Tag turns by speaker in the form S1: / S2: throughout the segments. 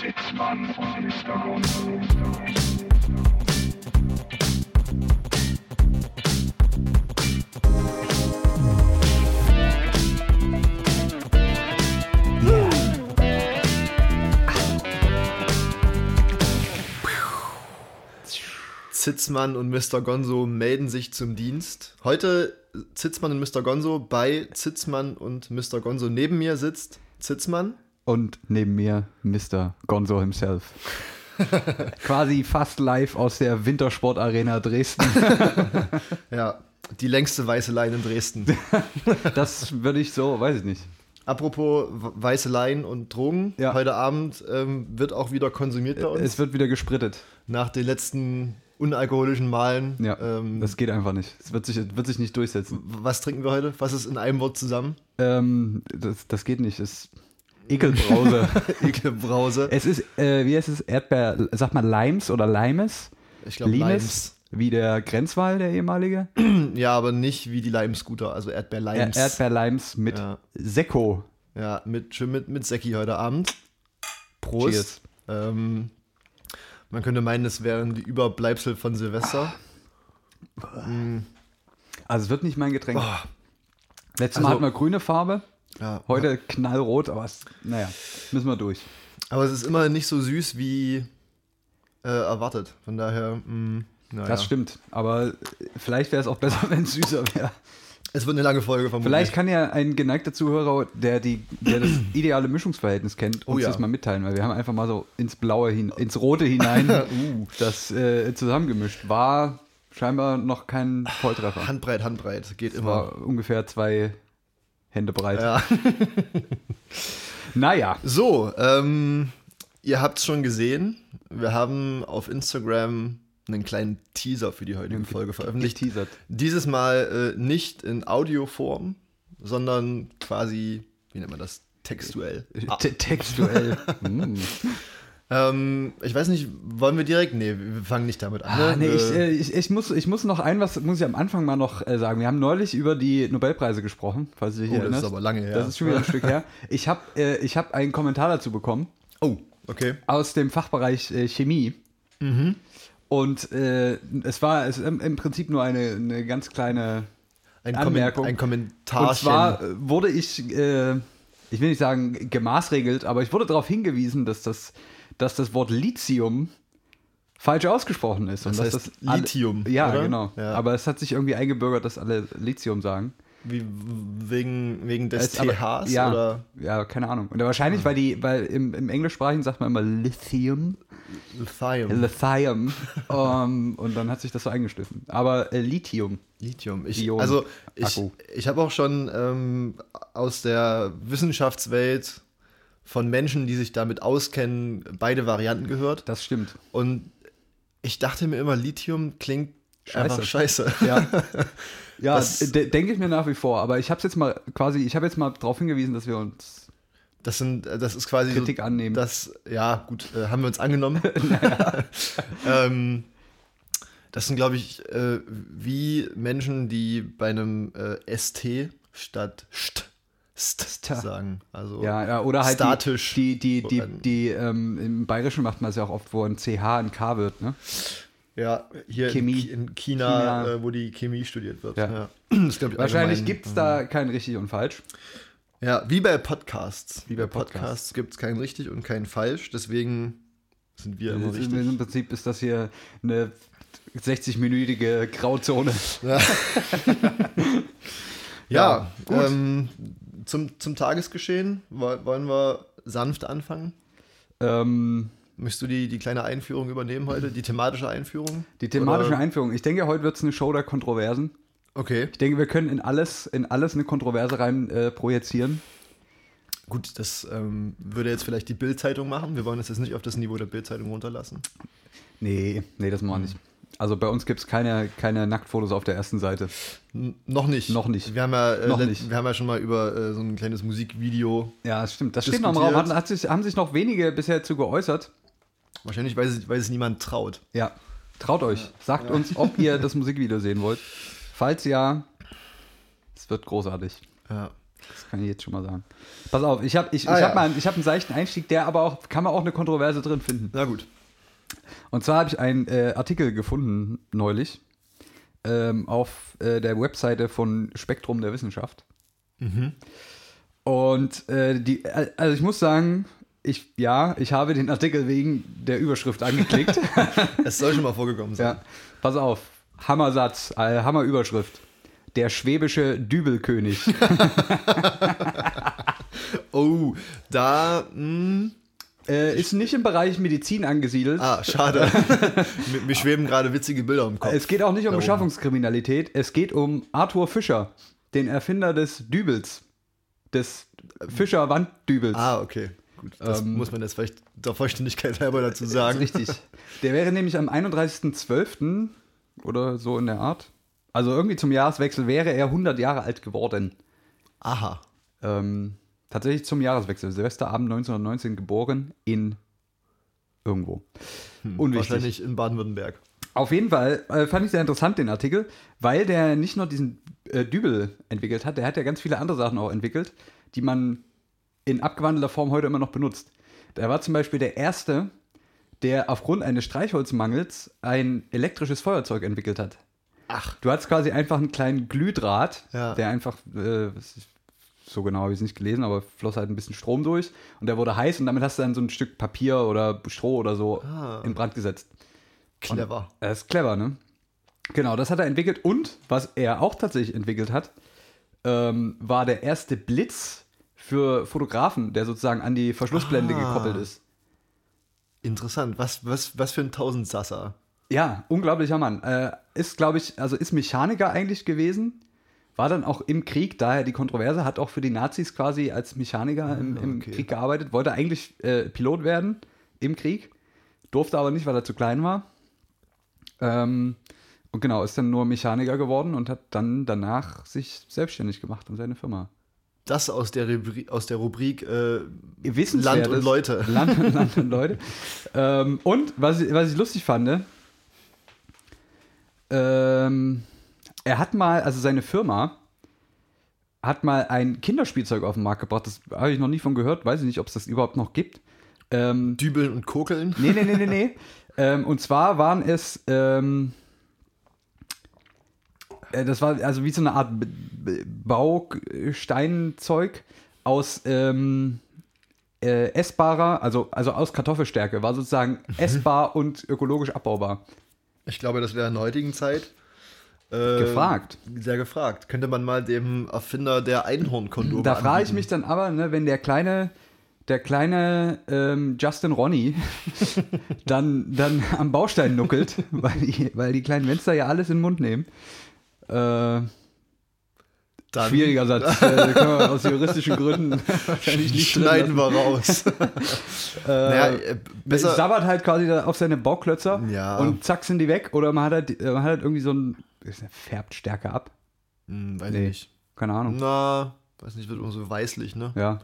S1: Sitzmann vom Hintergrund.
S2: Zitzmann und Mr. Gonzo melden sich zum Dienst. Heute Zitzmann und Mr. Gonzo bei Zitzmann und Mr. Gonzo. Neben mir sitzt Zitzmann.
S3: Und neben mir Mr. Gonzo himself. Quasi fast live aus der Wintersportarena Dresden.
S2: Ja, die längste weiße Leine in Dresden.
S3: Das würde ich so, weiß ich nicht.
S2: Apropos we- weiße Leinen und Drogen.
S3: Ja. Äh,
S2: Heute Abend ähm, wird auch wieder konsumiert bei uns.
S3: Es wird wieder gesprittet.
S2: Nach den letzten unalkoholischen Malen.
S3: Ja,
S2: ähm,
S3: das geht einfach nicht. Es wird sich, wird sich nicht durchsetzen.
S2: was trinken wir heute? Was ist in einem Wort zusammen?
S3: Ähm, das, das geht nicht. Es Ekelbrause.
S2: Ekelbrause.
S3: es ist, äh, wie heißt es? Erdbeer, sag mal Limes oder Limes?
S2: Ich glaube,
S3: Limes,
S2: Limes.
S3: wie der Grenzwall, der ehemalige.
S2: Ja, aber nicht wie die Lime-Scooter, also
S3: Er
S2: Erdbeer-Limes.
S3: Erdbeer-Limes mit
S2: Ja.
S3: Sekko.
S2: Ja, mit, schön mit, mit Säcki heute Abend. Prost. Ähm, man könnte meinen, das wären die Überbleibsel von Silvester.
S3: Also es wird nicht mein Getränk.
S2: Boah.
S3: Letztes
S2: Oh. Also-
S3: Mal hatten wir grüne Farbe,
S2: Ja.
S3: heute knallrot, aber es, naja, müssen wir durch.
S2: Aber es ist immer nicht so süß wie äh, erwartet. Von daher, mh, naja.
S3: Das stimmt, aber äh, vielleicht wäre es auch besser, wenn es süßer wäre.
S2: Es wird eine lange Folge vermutlich.
S3: Vielleicht kann ja ein geneigter Zuhörer, der, die, der das ideale Mischungsverhältnis kennt, uns
S2: Oh ja.
S3: das mal mitteilen, weil wir haben einfach mal so ins Blaue, hin, ins Rote hinein das äh, zusammengemischt. War scheinbar noch kein Volltreffer.
S2: Handbreit, Handbreit, geht immer.
S3: War ungefähr zwei Hände breit.
S2: Ja.
S3: Naja,
S2: So, ähm, ihr habt es schon gesehen. Wir haben auf Instagram einen kleinen Teaser für die heutige Folge veröffentlicht.
S3: geteasert.
S2: Dieses Mal äh, nicht in Audioform, sondern quasi, wie nennt man das, textuell.
S3: Te- Textuell. mm.
S2: Ähm, ich weiß nicht, wollen wir direkt? Nee, wir fangen nicht damit an.
S3: Ah, nee, ich,
S2: Äh,
S3: äh, ich, ich, muss, ich muss noch ein, was muss ich am Anfang mal noch äh, sagen. Wir haben neulich über die Nobelpreise gesprochen, falls du dich
S2: Oh, das
S3: erinnerst.
S2: ist aber lange her.
S3: Das ist schon wieder ein Stück her. Ich habe äh, ich hab einen Kommentar dazu bekommen
S2: oh, okay.
S3: aus dem Fachbereich äh, Chemie.
S2: Mhm.
S3: Und äh, es war es, im, im Prinzip nur eine, eine ganz kleine
S2: Ein,
S3: Anmerkung.
S2: Kommen- ein Kommentarchen.
S3: und zwar äh, wurde ich, äh, ich will nicht sagen gemaßregelt, aber ich wurde darauf hingewiesen, dass das, dass das Wort Lithium falsch ausgesprochen ist.
S2: Das
S3: und dass
S2: heißt
S3: das alle-
S2: Lithium,
S3: Ja,
S2: oder?
S3: genau.
S2: Ja.
S3: Aber es hat sich irgendwie eingebürgert, dass alle Lithium sagen.
S2: wie, wegen, wegen des
S3: Es- aber-
S2: THs?
S3: ja,
S2: Oder Ah.
S3: ja, keine Ahnung. Und wahrscheinlich, weil die, weil im, im Englischsprachigen sagt man immer Lithium.
S2: Lithium?
S3: Lithium. Ähm, und dann hat sich das so eingeschliffen. Aber äh, Lithium.
S2: Lithium. Ich,
S3: Ion-
S2: also, ich,
S3: Akku.
S2: ich habe auch schon ähm, aus der Wissenschaftswelt von Menschen, die sich damit auskennen, beide Varianten gehört.
S3: Das stimmt.
S2: Und ich dachte mir immer, Lithium klingt
S3: Scheiße.
S2: einfach scheiße.
S3: Ja, ja
S2: Das-
S3: de denke ich mir nach wie vor. Aber ich habe jetzt mal quasi, ich habe jetzt mal darauf hingewiesen, dass wir uns
S2: Das sind, äh, das ist quasi
S3: Kritik
S2: so,
S3: annehmen.
S2: Das, ja, gut, äh, haben wir uns angenommen. ähm, das sind, glaube ich, äh, wie Menschen, die bei einem äh, ST statt St, St,
S3: Sta.
S2: sagen. Also
S3: ja, ja oder halt
S2: statisch.
S3: die die die die,
S2: Oder-
S3: die ähm, im Bayerischen macht man es ja auch oft, wo ein CH ein K wird, ne?
S2: ja, hier
S3: Chemie.
S2: in, in China,
S3: China.
S2: Äh, wo die Chemie studiert wird.
S3: Ja.
S2: Das glaub ich
S3: Wahrscheinlich
S2: allgemein.
S3: gibt's da kein richtig und falsch.
S2: Ja, wie bei Podcasts.
S3: Wie bei
S2: Podcasts gibt es kein richtig und kein falsch. Deswegen sind wir immer
S3: Das ist-
S2: richtig.
S3: Im Prinzip ist das hier eine 60-minütige Grauzone.
S2: Ja,
S3: Ja, gut.
S2: Ähm, zum, zum Tagesgeschehen wo- wollen wir sanft anfangen.
S3: ähm,
S2: Möchtest du die, die kleine Einführung übernehmen heute, die thematische Einführung?
S3: die thematische
S2: Oder-
S3: Einführung. Ich denke, heute wird's eine Show der Kontroversen.
S2: Okay,
S3: Ich denke, wir können in alles, in alles eine Kontroverse rein äh, projizieren.
S2: gut, das ähm, würde jetzt vielleicht die Bild-Zeitung machen. Wir wollen es jetzt nicht auf das Niveau der Bild-Zeitung runterlassen.
S3: Nee, nee, das machen wir nicht. Also bei uns gibt es keine, keine Nacktfotos auf der ersten Seite.
S2: N noch nicht.
S3: Noch nicht.
S2: Wir haben ja, äh,
S3: Noch
S2: let-
S3: nicht.
S2: Wir haben ja schon mal über äh, so ein kleines Musikvideo.
S3: Ja, das stimmt. Das steht noch im Raum.
S2: Diskutiert.
S3: Hat, hat sich, haben sich noch wenige bisher zu geäußert.
S2: Wahrscheinlich, weil es, weil es niemand traut.
S3: Ja. Traut euch. Sagt uns, ob ihr das Musikvideo sehen wollt. Falls ja, es wird großartig.
S2: Ja.
S3: Das kann ich jetzt schon mal sagen. Pass auf, ich habe ich,
S2: Ah,
S3: ich
S2: ja.
S3: hab mal einen, ich hab einen seichten Einstieg, der aber auch, kann man auch eine Kontroverse drin finden.
S2: Na gut.
S3: Und zwar habe ich einen äh, Artikel gefunden neulich ähm, auf äh, der Webseite von Spektrum der Wissenschaft. Und äh, die, al- also ich muss sagen, ich, ja, ich habe den Artikel wegen der Überschrift angeklickt.
S2: Es soll schon mal vorgekommen sein.
S3: ja, pass auf, Hammersatz, äh, Hammerüberschrift. Der schwäbische Dübelkönig.
S2: Oh, da. Mh,
S3: äh, ist nicht im Bereich Medizin angesiedelt.
S2: ah, schade. mir, mir schweben gerade witzige Bilder im Kopf.
S3: Es geht auch nicht um
S2: Darum.
S3: Beschaffungskriminalität, es geht um Arthur Fischer, den Erfinder des Dübels, des Fischer-Wanddübels.
S2: ah, okay. Gut, das
S3: Ähm.
S2: muss man jetzt vielleicht der Vollständigkeit halber dazu
S3: Das ist
S2: sagen.
S3: richtig. Der wäre nämlich am 31.12. oder so in der Art, also irgendwie zum Jahreswechsel wäre er 100 Jahre alt geworden.
S2: Aha.
S3: Ähm, tatsächlich zum Jahreswechsel, Silvesterabend 1919 geboren in irgendwo. Unwichtig.
S2: Hm, Wahrscheinlich in Baden-Württemberg.
S3: Auf jeden Fall äh, fand ich sehr interessant den Artikel, weil der nicht nur diesen äh, Dübel entwickelt hat, der hat ja ganz viele andere Sachen auch entwickelt, die man in abgewandelter Form heute immer noch benutzt. Der war zum Beispiel der Erste, der aufgrund eines Streichholzmangels ein elektrisches Feuerzeug entwickelt hat.
S2: Ach.
S3: Du hattest quasi einfach einen kleinen Glühdraht,
S2: Ja.
S3: der einfach, äh, was ich- so genau habe ich es nicht gelesen, aber floss halt ein bisschen Strom durch und der wurde heiß und damit hast du dann so ein Stück Papier oder Stroh oder so
S2: Ah.
S3: in Brand gesetzt.
S2: Clever.
S3: Das ist clever, ne? Genau, das hat er entwickelt. Und was er auch tatsächlich entwickelt hat, ähm, war der erste Blitz für Fotografen, der sozusagen an die Verschlussblende
S2: Ah.
S3: gekoppelt ist.
S2: Interessant. Was, was, was für ein Tausendsasser.
S3: Ja, unglaublicher Mann. Äh, ist, glaube ich, also ist Mechaniker eigentlich gewesen, war dann auch im Krieg, daher die Kontroverse, hat auch für die Nazis quasi als Mechaniker im, im
S2: okay.
S3: Krieg gearbeitet, wollte eigentlich äh, Pilot werden im Krieg, durfte aber nicht, weil er zu klein war. Ähm, und genau, ist dann nur Mechaniker geworden und hat dann danach sich selbstständig gemacht und seine Firma.
S2: Das aus der, Rubri aus der Rubrik äh,
S3: Wissenswertes-
S2: Land und Leute.
S3: Land und, Land und Leute. ähm, und was ich, was ich lustig fand, ne? ähm, er hat mal, also seine Firma hat mal ein Kinderspielzeug auf den Markt gebracht. Das habe ich noch nie von gehört. Weiß ich nicht, ob es das überhaupt noch gibt. Ähm,
S2: Dübeln und Kokeln.
S3: nee, nee, nee, nee, nee. ähm, und zwar waren es, ähm, äh, das war also wie so eine Art B- B- Bausteinzeug aus ähm, äh, essbarer, also, also aus Kartoffelstärke, war sozusagen essbar und ökologisch abbaubar.
S2: Ich glaube, das wäre in der heutigen Zeit. äh,
S3: Gefragt.
S2: Sehr gefragt. Könnte man mal dem Erfinder der Einhornkondome.
S3: Da frage ich
S2: anbieten.
S3: mich dann aber, ne, wenn der kleine, der kleine ähm, Justin Ronny dann, dann am Baustein nuckelt, weil die, weil die kleinen Fenster ja alles in den Mund nehmen. Äh,
S2: Dann
S3: Schwieriger Satz. äh, kann man aus juristischen Gründen wahrscheinlich nicht
S2: Schneiden wir
S3: drin
S2: raus. naja,
S3: lassen. Äh,
S2: äh,
S3: es
S2: besser.
S3: sabbert halt quasi da auf seine Bauklötzer
S2: Ja.
S3: und zack sind die weg. Oder man hat halt, äh, man hat halt irgendwie so ein. das färbt stärker ab.
S2: Hm, weiß
S3: Nee.
S2: ich
S3: Keine Ahnung.
S2: nicht. Na, weiß nicht, wird immer so weißlich, ne?
S3: Ja,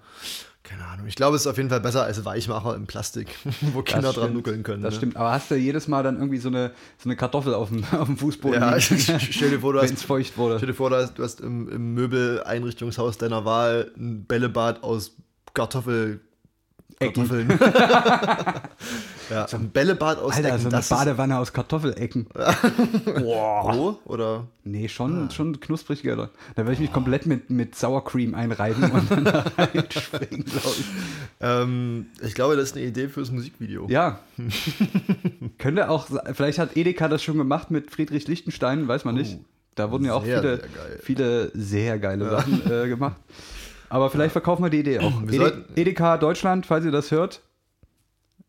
S2: Keine Ahnung. Ich glaube, es ist auf jeden Fall besser als Weichmacher im Plastik, wo
S3: das
S2: Kinder dran
S3: stimmt.
S2: nuckeln können.
S3: Das
S2: ne?
S3: stimmt. Aber hast du jedes Mal dann irgendwie so eine, so eine Kartoffel auf dem, auf dem Fußboden,
S2: Ja,
S3: wenn
S2: stell dir vor, du hast
S3: es feucht
S2: Stell
S3: wurde?
S2: dir vor, du hast, du hast im, im Möbeleinrichtungshaus deiner Wahl ein Bällebad aus Kartoffel,
S3: Ecken.
S2: Kartoffeln. ja, ein Bällebad aus
S3: Alter,
S2: Ecken,
S3: so eine
S2: das ist
S3: Badewanne aus Kartoffelecken. Boah.
S2: roh oder
S3: Nee, schon, schon knuspriger. Da werde ich mich komplett mit, mit Sour Cream einreiben und dann da reinspringen, glaube ich.
S2: ähm, ich glaube, das ist eine Idee fürs Musikvideo.
S3: Ja. Könnte auch, sa- vielleicht hat Edeka das schon gemacht mit Friedrich Lichtenstein, weiß man nicht. Da wurden ja auch
S2: sehr,
S3: viele,
S2: sehr geil.
S3: viele sehr geile Sachen äh, gemacht. Aber vielleicht verkaufen wir die Idee auch.
S2: Wir
S3: Ede
S2: sollten-
S3: Edeka Deutschland, falls ihr das hört,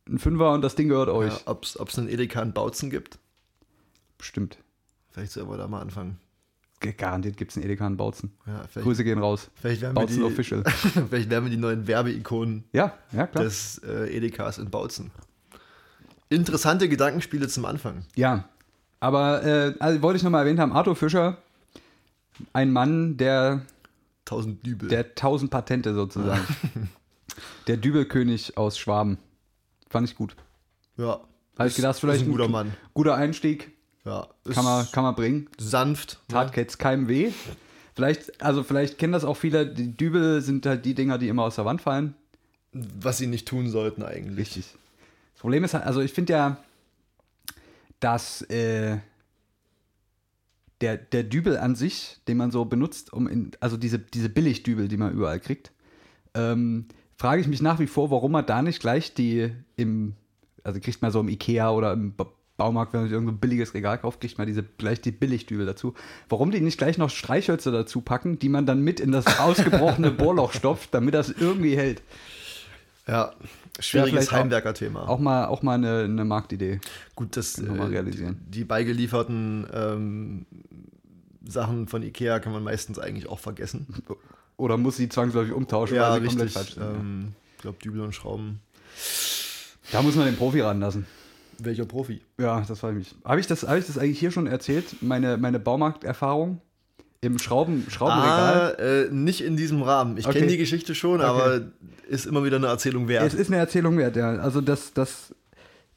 S3: ein Fünfer und das Ding gehört euch.
S2: Ja, Ob es einen Edeka in Bautzen gibt,
S3: Bestimmt.
S2: vielleicht sollten wir da mal anfangen.
S3: Ge- Garantiert gibt es einen Edeka in Bautzen.
S2: Ja, vielleicht,
S3: Grüße gehen raus.
S2: vielleicht, werden wir
S3: Bautzen
S2: die,
S3: Official.
S2: vielleicht werden wir die neuen Werbeikonen
S3: Ja, ja, klar.
S2: des äh, Edekas in Bautzen. Interessante Gedankenspiele zum Anfang.
S3: Ja, aber äh, also wollte ich nochmal erwähnt haben, Arthur Fischer, ein Mann der,
S2: 1000 Dübel.
S3: der tausend Patente sozusagen. der Dübelkönig aus Schwaben. Fand ich gut.
S2: ja.
S3: Habe ich gedacht, vielleicht
S2: ist ein guter Mann.
S3: guter Einstieg,
S2: Ja,
S3: kann man, kann man bringen.
S2: sanft.
S3: Tat jetzt keinem weh. Vielleicht, also vielleicht kennen das auch viele, die Dübel sind halt die Dinger, die immer aus der Wand fallen.
S2: Was sie nicht tun sollten eigentlich.
S3: Richtig. Das Problem ist halt, also ich finde ja, dass äh, der, der Dübel an sich, den man so benutzt, um in, also diese, diese Billigdübel, die man überall kriegt, ähm, frage ich mich nach wie vor, warum man da nicht gleich die im, also kriegt man so im Ikea oder im Ba- Baumarkt, wenn man sich irgendein billiges Regal kauft, kriegt man diese, gleich die Billigdübel dazu. Warum die nicht gleich noch Streichhölzer dazu packen, die man dann mit in das ausgebrochene Bohrloch stopft, damit das irgendwie hält.
S2: Ja,
S3: Ja,
S2: schwieriges
S3: vielleicht auch-
S2: Heimwerkerthema.
S3: Auch mal, auch mal eine, eine Marktidee.
S2: Gut, das
S3: Können wir mal
S2: äh,
S3: realisieren.
S2: Die, die beigelieferten ähm, Sachen von Ikea kann man meistens eigentlich auch vergessen.
S3: Oder muss sie zwangsläufig umtauschen,
S2: Ja,
S3: sie
S2: richtig.
S3: sind.
S2: ähm, ich glaube, Dübel und Schrauben.
S3: Da muss man den Profi ranlassen.
S2: Welcher Profi?
S3: Ja, das war mich. Habe ich, das- hab ich das eigentlich hier schon erzählt? Meine, meine Baumarkterfahrung im Schrauben, Schraubenregal?
S2: Ah, äh, nicht in diesem Rahmen. Ich
S3: Okay.
S2: kenne die Geschichte schon, aber ist immer wieder eine Erzählung wert.
S3: Es ist eine Erzählung wert, ja. Also das, das,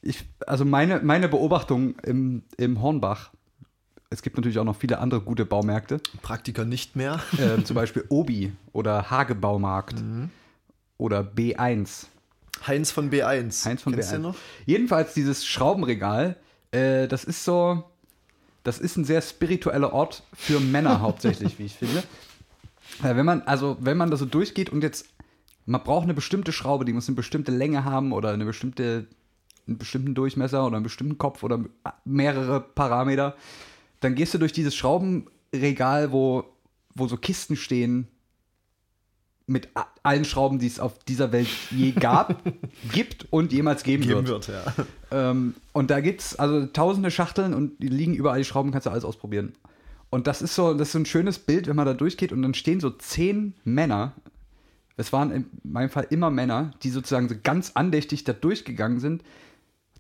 S3: ich, also meine, meine Beobachtung im, im Hornbach, es gibt natürlich auch noch viele andere gute Baumärkte,
S2: Praktiker nicht mehr.
S3: ähm, zum Beispiel Obi oder Hagebaumarkt
S2: Mhm.
S3: oder B1.
S2: Heinz von B1.
S3: Heinz von
S2: Kennst
S3: B1.
S2: du den noch?
S3: Jedenfalls dieses Schraubenregal, äh, das ist so, das ist ein sehr spiritueller Ort für Männer hauptsächlich, wie ich finde. Äh, wenn man, also wenn man da so durchgeht und jetzt, man braucht eine bestimmte Schraube, die muss eine bestimmte Länge haben oder eine bestimmte, einen bestimmten Durchmesser oder einen bestimmten Kopf oder mehrere Parameter, dann gehst du durch dieses Schraubenregal, wo, wo so Kisten stehen mit a- allen Schrauben, die es auf dieser Welt je gab, gibt und jemals geben,
S2: Geben wird,
S3: wird.
S2: ja.
S3: Ähm, und da gibt's also tausende Schachteln und die liegen überall, die Schrauben kannst du alles ausprobieren. Und das ist so, das ist so ein schönes Bild, wenn man da durchgeht und dann stehen so zehn Männer, es waren in meinem Fall immer Männer, die sozusagen so ganz andächtig da durchgegangen sind,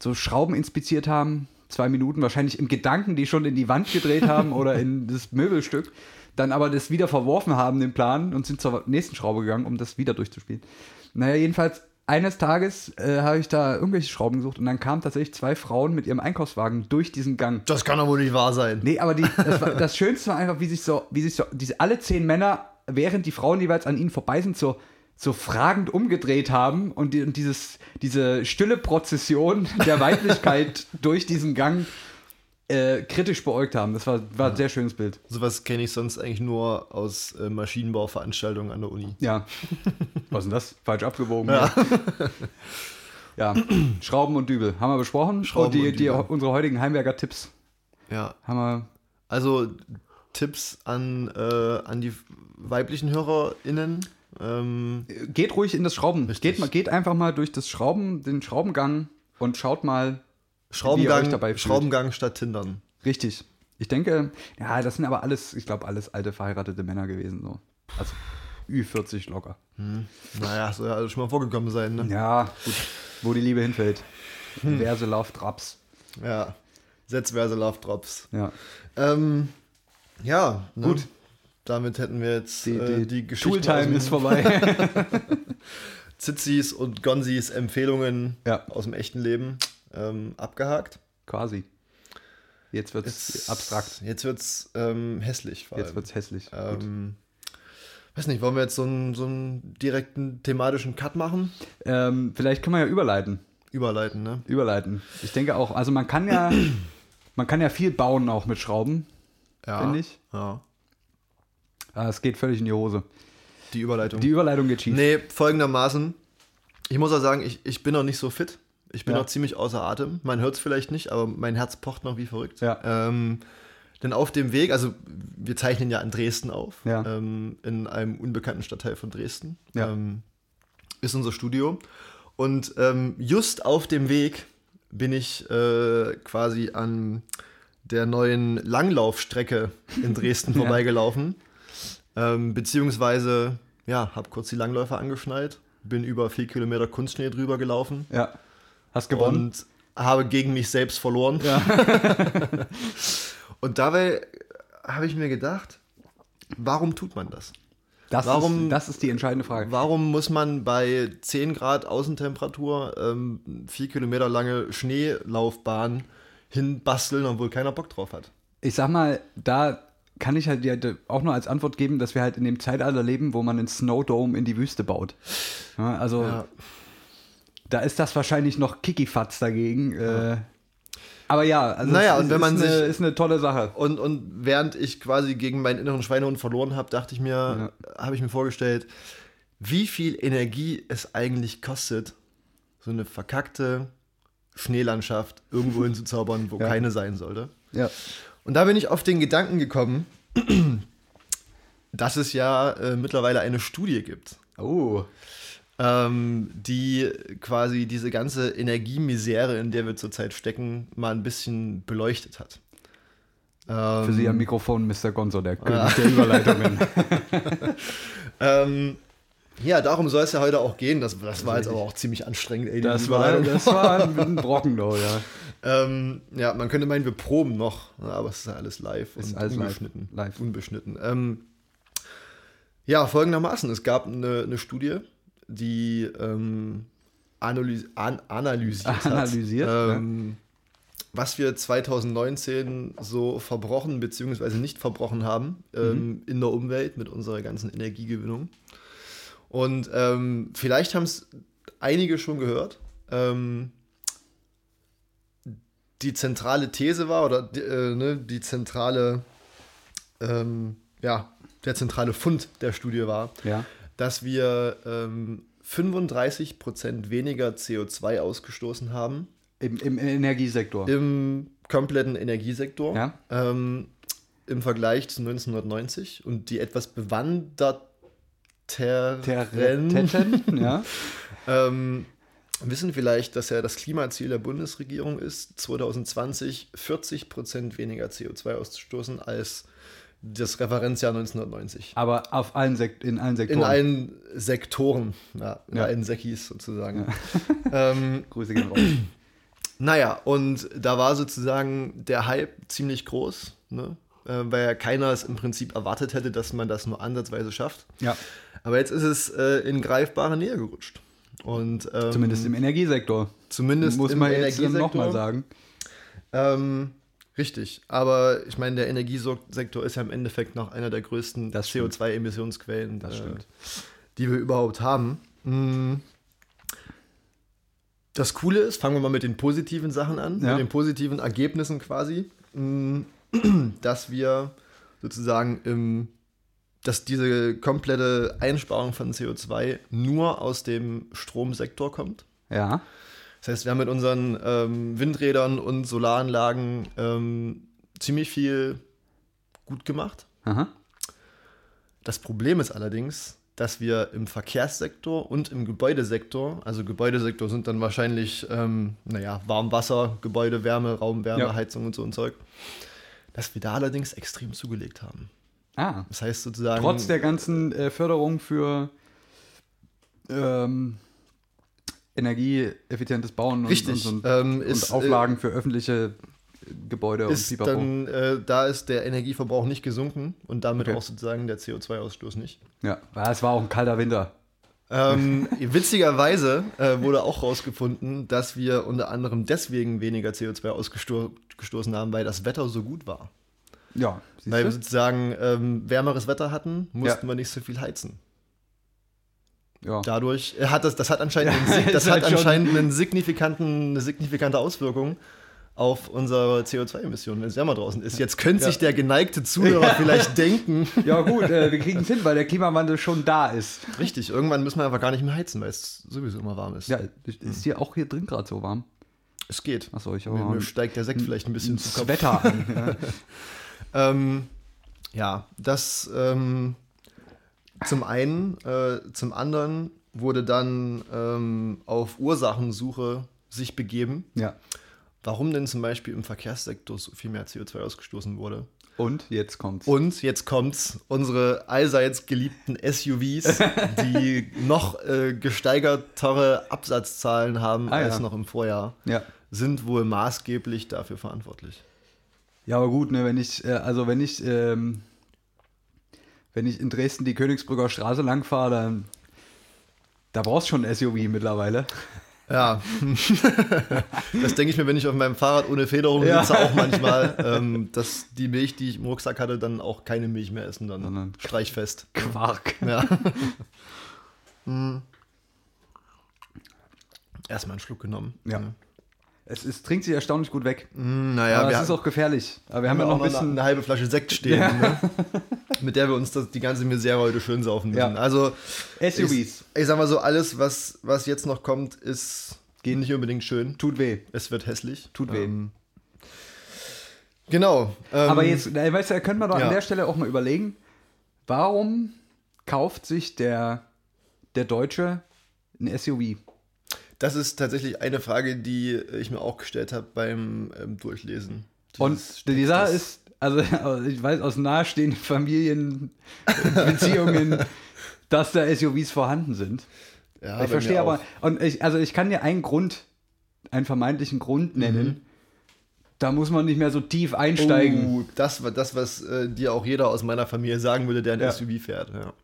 S3: so Schrauben inspiziert haben, zwei Minuten wahrscheinlich im Gedanken, die schon in die Wand gedreht haben oder in das Möbelstück, dann aber das wieder verworfen haben, den Plan, und sind zur nächsten Schraube gegangen, um das wieder durchzuspielen. Naja, jedenfalls, eines Tages äh, habe ich da irgendwelche Schrauben gesucht und dann kamen tatsächlich zwei Frauen mit ihrem Einkaufswagen durch diesen Gang.
S2: Das kann doch wohl nicht wahr sein.
S3: Nee, aber die, das, war, das Schönste war einfach, wie sich so, wie sich so, diese alle zehn Männer, während die Frauen jeweils an ihnen vorbei sind, so, so fragend umgedreht haben und, die, und dieses, diese stille Prozession der Weiblichkeit durch diesen Gang äh, kritisch beäugt haben. Das war, war ein sehr schönes Bild.
S2: Sowas kenne ich sonst eigentlich nur aus äh, Maschinenbauveranstaltungen an der Uni.
S3: Ja. Was ist denn das? Falsch abgewogen. Ja. ja. Schrauben und Dübel haben wir besprochen.
S2: Schrauben
S3: und die,
S2: und
S3: die,
S2: Dübel.
S3: unsere heutigen Heimwerker-Tipps
S2: Ja.
S3: haben wir
S2: Also Tipps an, äh, an die weiblichen HörerInnen. Ähm,
S3: geht ruhig in das Schrauben.
S2: Richtig.
S3: Geht, mal- geht einfach mal durch das Schrauben, den Schraubengang und schaut mal Wie ihr euch
S2: Schraubengang,
S3: dabei fühlt.
S2: Schraubengang statt Tindern.
S3: richtig. Ich denke, ja, das sind aber alles, ich glaube, alles alte verheiratete Männer gewesen so. Also Ü40 locker.
S2: Naja, soll ja Hm. alles schon mal vorgekommen sein, ne?
S3: Ja, gut, wo die Liebe hinfällt. Verse Love Traps.
S2: Ja. Setzverse Love Drops.
S3: Ja.
S2: Ähm, ja, ne?
S3: Gut.
S2: Damit hätten wir jetzt
S3: Die,
S2: äh,
S3: die,
S2: die Geschichte.
S3: Tooltime ist vorbei.
S2: Zitzis und Gonsis Empfehlungen äh,
S3: Ja.
S2: aus dem echten Leben ähm, abgehakt.
S3: Quasi. Jetzt wird's abstrakt.
S2: Jetzt wird's ähm, hässlich. Vor
S3: Jetzt
S2: allem.
S3: wird's hässlich. Gut.
S2: Ähm, weiß nicht, wollen wir jetzt so einen, so einen direkten thematischen Cut machen?
S3: Ähm, vielleicht kann man ja überleiten.
S2: Überleiten, ne?
S3: Überleiten. Ich denke auch, also man kann ja man kann ja viel bauen auch mit Schrauben.
S2: Ja.
S3: Finde ich.
S2: Ja.
S3: Ah, es geht völlig in die Hose.
S2: Die Überleitung.
S3: Die Überleitung geht schief.
S2: nee, folgendermaßen. Ich muss auch sagen, ich, ich bin noch nicht so fit. Ich bin
S3: Ja.
S2: noch ziemlich außer Atem. Man hört es vielleicht nicht, aber mein Herz pocht noch wie verrückt.
S3: Ja.
S2: Ähm, denn auf dem Weg, also wir zeichnen ja in Dresden auf,
S3: Ja.
S2: ähm, in einem unbekannten Stadtteil von Dresden,
S3: Ja.
S2: ähm, ist unser Studio. Und ähm, just auf dem Weg bin ich äh, quasi an der neuen Langlaufstrecke in Dresden vorbeigelaufen. Ähm, beziehungsweise, ja, habe kurz die Langläufer angeschnallt, bin über vier Kilometer Kunstschnee drüber gelaufen
S3: Ja. Hast gewonnen.
S2: und habe gegen mich selbst verloren. und dabei habe ich mir gedacht, warum tut man das?
S3: das,
S2: warum-
S3: ist, das ist die entscheidende Frage.
S2: Warum muss man bei 10 Grad Außentemperatur ähm, vier Kilometer lange Schneelaufbahn hinbasteln, obwohl keiner Bock drauf hat?
S3: Ich sag mal, da kann ich halt dir auch nur als Antwort geben, dass wir halt in dem Zeitalter leben, wo man einen Snowdome in die Wüste baut. Ja, also
S2: Ja.
S3: da ist das wahrscheinlich noch Kikifatz dagegen. Äh, aber ja, also
S2: Naja,
S3: es
S2: und wenn man
S3: ist, eine,
S2: sich-
S3: ist eine tolle Sache.
S2: Und, und während ich quasi gegen meinen inneren Schweinehund verloren habe, dachte ich mir, habe ich mir vorgestellt, wie viel Energie es eigentlich kostet, so eine verkackte Schneelandschaft irgendwo hinzuzaubern, wo
S3: Ja.
S2: keine sein sollte.
S3: Ja.
S2: Und da bin ich auf den Gedanken gekommen, dass es ja äh, mittlerweile eine Studie gibt,
S3: Oh.
S2: ähm, die quasi diese ganze Energiemisere, in der wir zurzeit stecken, mal ein bisschen beleuchtet hat.
S3: Für Sie am Mikrofon, Mr. Gonzo, der König
S2: Ähm. Ja.
S3: der Überleitungen.
S2: Ähm, ja, darum soll es ja heute auch gehen. Das, das war jetzt aber auch ziemlich anstrengend. Ey, die
S3: Das war,
S2: Überleitung.
S3: das war ein Brocken, oh, ja.
S2: Ähm, ja, man könnte meinen, wir proben noch, ne, aber es ist ja alles live
S3: Ist
S2: und
S3: alles live.
S2: unbeschnitten.
S3: Live.
S2: unbeschnitten. Ähm, ja, folgendermaßen: Es gab eine, eine Studie, die ähm, analys an analysiert, hat,
S3: Analysiert,
S2: ähm, was wir 2019 so verbrochen bzw. nicht verbrochen haben
S3: Mhm.
S2: ähm, in der Umwelt mit unserer ganzen Energiegewinnung. Und ähm, vielleicht haben es einige schon gehört. Ähm, die zentrale These war oder die, äh, ne, die zentrale, ähm, ja, der zentrale Fund der Studie war,
S3: Ja.
S2: dass wir ähm, 35 Prozent weniger CO2 ausgestoßen haben
S3: Im, im Energiesektor.
S2: im kompletten Energiesektor
S3: Ja.
S2: ähm, im Vergleich zu 1990 und die etwas bewanderteren
S3: Terrenten, ja.
S2: ähm, wissen vielleicht, dass ja das Klimaziel der Bundesregierung ist, 2020 40 Prozent weniger CO2 auszustoßen als das Referenzjahr 1990.
S3: Aber auf allen Sekt in allen Sektoren.
S2: In allen Sektoren, ja, in
S3: Ja.
S2: allen Säckis sozusagen. Ähm,
S3: Grüße gehen raus.
S2: naja, und da war sozusagen der Hype ziemlich groß, ne? äh, weil ja keiner es im Prinzip erwartet hätte, dass man das nur ansatzweise schafft.
S3: Ja.
S2: Aber jetzt ist es äh, in greifbare Nähe gerutscht. Und, ähm,
S3: Zumindest im Energiesektor.
S2: zumindest
S3: Muss
S2: im
S3: man jetzt nochmal
S2: Energiesektor.
S3: sagen.
S2: Ähm, richtig, aber ich meine, der Energiesektor ist ja im Endeffekt noch einer der größten
S3: Das stimmt.
S2: CO2-Emissionsquellen,
S3: Das stimmt.
S2: äh, die wir überhaupt haben. Mm. Das Coole ist, fangen wir mal mit den positiven Sachen an,
S3: Ja.
S2: mit den positiven Ergebnissen quasi, mm, dass wir sozusagen im dass diese komplette Einsparung von CO2 nur aus dem Stromsektor kommt.
S3: Ja.
S2: Das heißt, wir haben mit unseren ähm, Windrädern und Solaranlagen ähm, ziemlich viel gut gemacht.
S3: Aha.
S2: Das Problem ist allerdings, dass wir im Verkehrssektor und im Gebäudesektor, also Gebäudesektor sind dann wahrscheinlich, ähm, naja, Warmwasser, Gebäude, Wärme, Raumwärme,
S3: Ja.
S2: Heizung und so ein Zeug, dass wir da allerdings extrem zugelegt haben.
S3: Ah.
S2: Das heißt sozusagen.
S3: Trotz der ganzen äh, Förderung für ähm, energieeffizientes Bauen und,
S2: Richtig,
S3: und, und,
S2: ähm,
S3: und
S2: ist, äh,
S3: Auflagen für öffentliche Gebäude
S2: ist
S3: und Pipapo.
S2: dann, äh, da ist der Energieverbrauch nicht gesunken und damit
S3: Okay.
S2: auch sozusagen der CO2-Ausstoß nicht.
S3: ja. Ah, Es war auch ein kalter Winter.
S2: Ähm, witzigerweise äh, wurde auch rausgefunden, dass wir unter anderem deswegen weniger CO2 ausgestoßen haben, weil das Wetter so gut war.
S3: Ja. siehst
S2: weil
S3: du?
S2: wir sozusagen ähm, wärmeres Wetter hatten, mussten
S3: Ja.
S2: wir nicht so viel heizen.
S3: ja.
S2: Dadurch äh, hat das, das hat anscheinend, einen, sig- das
S3: ist
S2: hat
S3: halt schon-
S2: anscheinend einen signifikanten, eine signifikante Auswirkung auf unsere CO2-Emissionen, wenn es wärmer draußen ist. Jetzt könnte sich der geneigte Zuhörer vielleicht denken,
S3: ja, gut, äh, wir kriegen es hin, weil der Klimawandel schon da ist.
S2: richtig, irgendwann müssen wir einfach gar nicht mehr heizen, weil es sowieso immer warm ist.
S3: Ja, ist hier auch hier drin gerade so warm.
S2: Es geht.
S3: Achso, ich habe
S2: Mir,
S3: auch
S2: mir steigt der Sekt
S3: Hm.
S2: vielleicht ein bisschen zu
S3: das
S2: Kopf.
S3: Wetter an. Ja.
S2: Ähm, ja, das ähm, zum einen. Äh, zum anderen wurde dann ähm, auf Ursachensuche sich begeben,
S3: ja.
S2: warum denn zum Beispiel im Verkehrssektor so viel mehr CO2 ausgestoßen wurde.
S3: Und jetzt kommt's.
S2: Und jetzt kommt's, unsere allseits geliebten SUVs, die noch äh, gesteigertere Absatzzahlen haben
S3: Ah, ja.
S2: als noch im Vorjahr,
S3: Ja.
S2: sind wohl maßgeblich dafür verantwortlich.
S3: Ja, aber gut, ne, wenn ich, äh, also wenn ich, ähm, wenn ich in Dresden die Königsbrücker Straße lang fahre, dann da brauchst du schon ein SUV mittlerweile.
S2: Ja, das denke ich mir, wenn ich auf meinem Fahrrad ohne Federung
S3: Ja.
S2: sitze, auch manchmal, ähm, dass die Milch, die ich im Rucksack hatte, dann auch keine Milch mehr essen, dann
S3: Sondern-
S2: streichfest.
S3: Quark.
S2: Ja. Hm. Erstmal einen Schluck genommen.
S3: Ja. Es, es trinkt sich erstaunlich gut weg.
S2: Hm, Naja,
S3: aber
S2: wir
S3: es ist
S2: ha-
S3: auch gefährlich. Aber wir haben ja
S2: auch
S3: noch ein bisschen.
S2: eine, eine halbe Flasche Sekt stehen,
S3: Ja.
S2: ne? mit der wir uns das, die ganze Misere heute schön saufen
S3: Ja.
S2: müssen. Also ich,
S3: SUVs.
S2: ich sag mal so, alles, was, was jetzt noch kommt, ist geht nicht unbedingt schön.
S3: Tut weh.
S2: Es wird hässlich.
S3: Tut weh.
S2: Ähm, genau. ähm,
S3: Aber jetzt, na, weißt du, da können wir doch
S2: ja.
S3: an der Stelle auch mal überlegen, warum kauft sich der, der Deutsche ein SUV?
S2: Das ist tatsächlich eine Frage, die ich mir auch gestellt habe beim ähm, Durchlesen.
S3: Und
S2: dieses
S3: die Sache
S2: Textes.
S3: ist, also ich weiß aus nahestehenden Familienbeziehungen, dass da SUVs vorhanden sind.
S2: Ja, bei mir
S3: ich verstehe
S2: auch.
S3: aber, und ich, also ich kann dir einen Grund, einen vermeintlichen Grund nennen.
S2: Mhm.
S3: Da muss man nicht mehr so tief einsteigen.
S2: Oh, das war das, was äh, dir auch jeder aus meiner Familie sagen würde, der ein
S3: Ja.
S2: SUV fährt. Ja.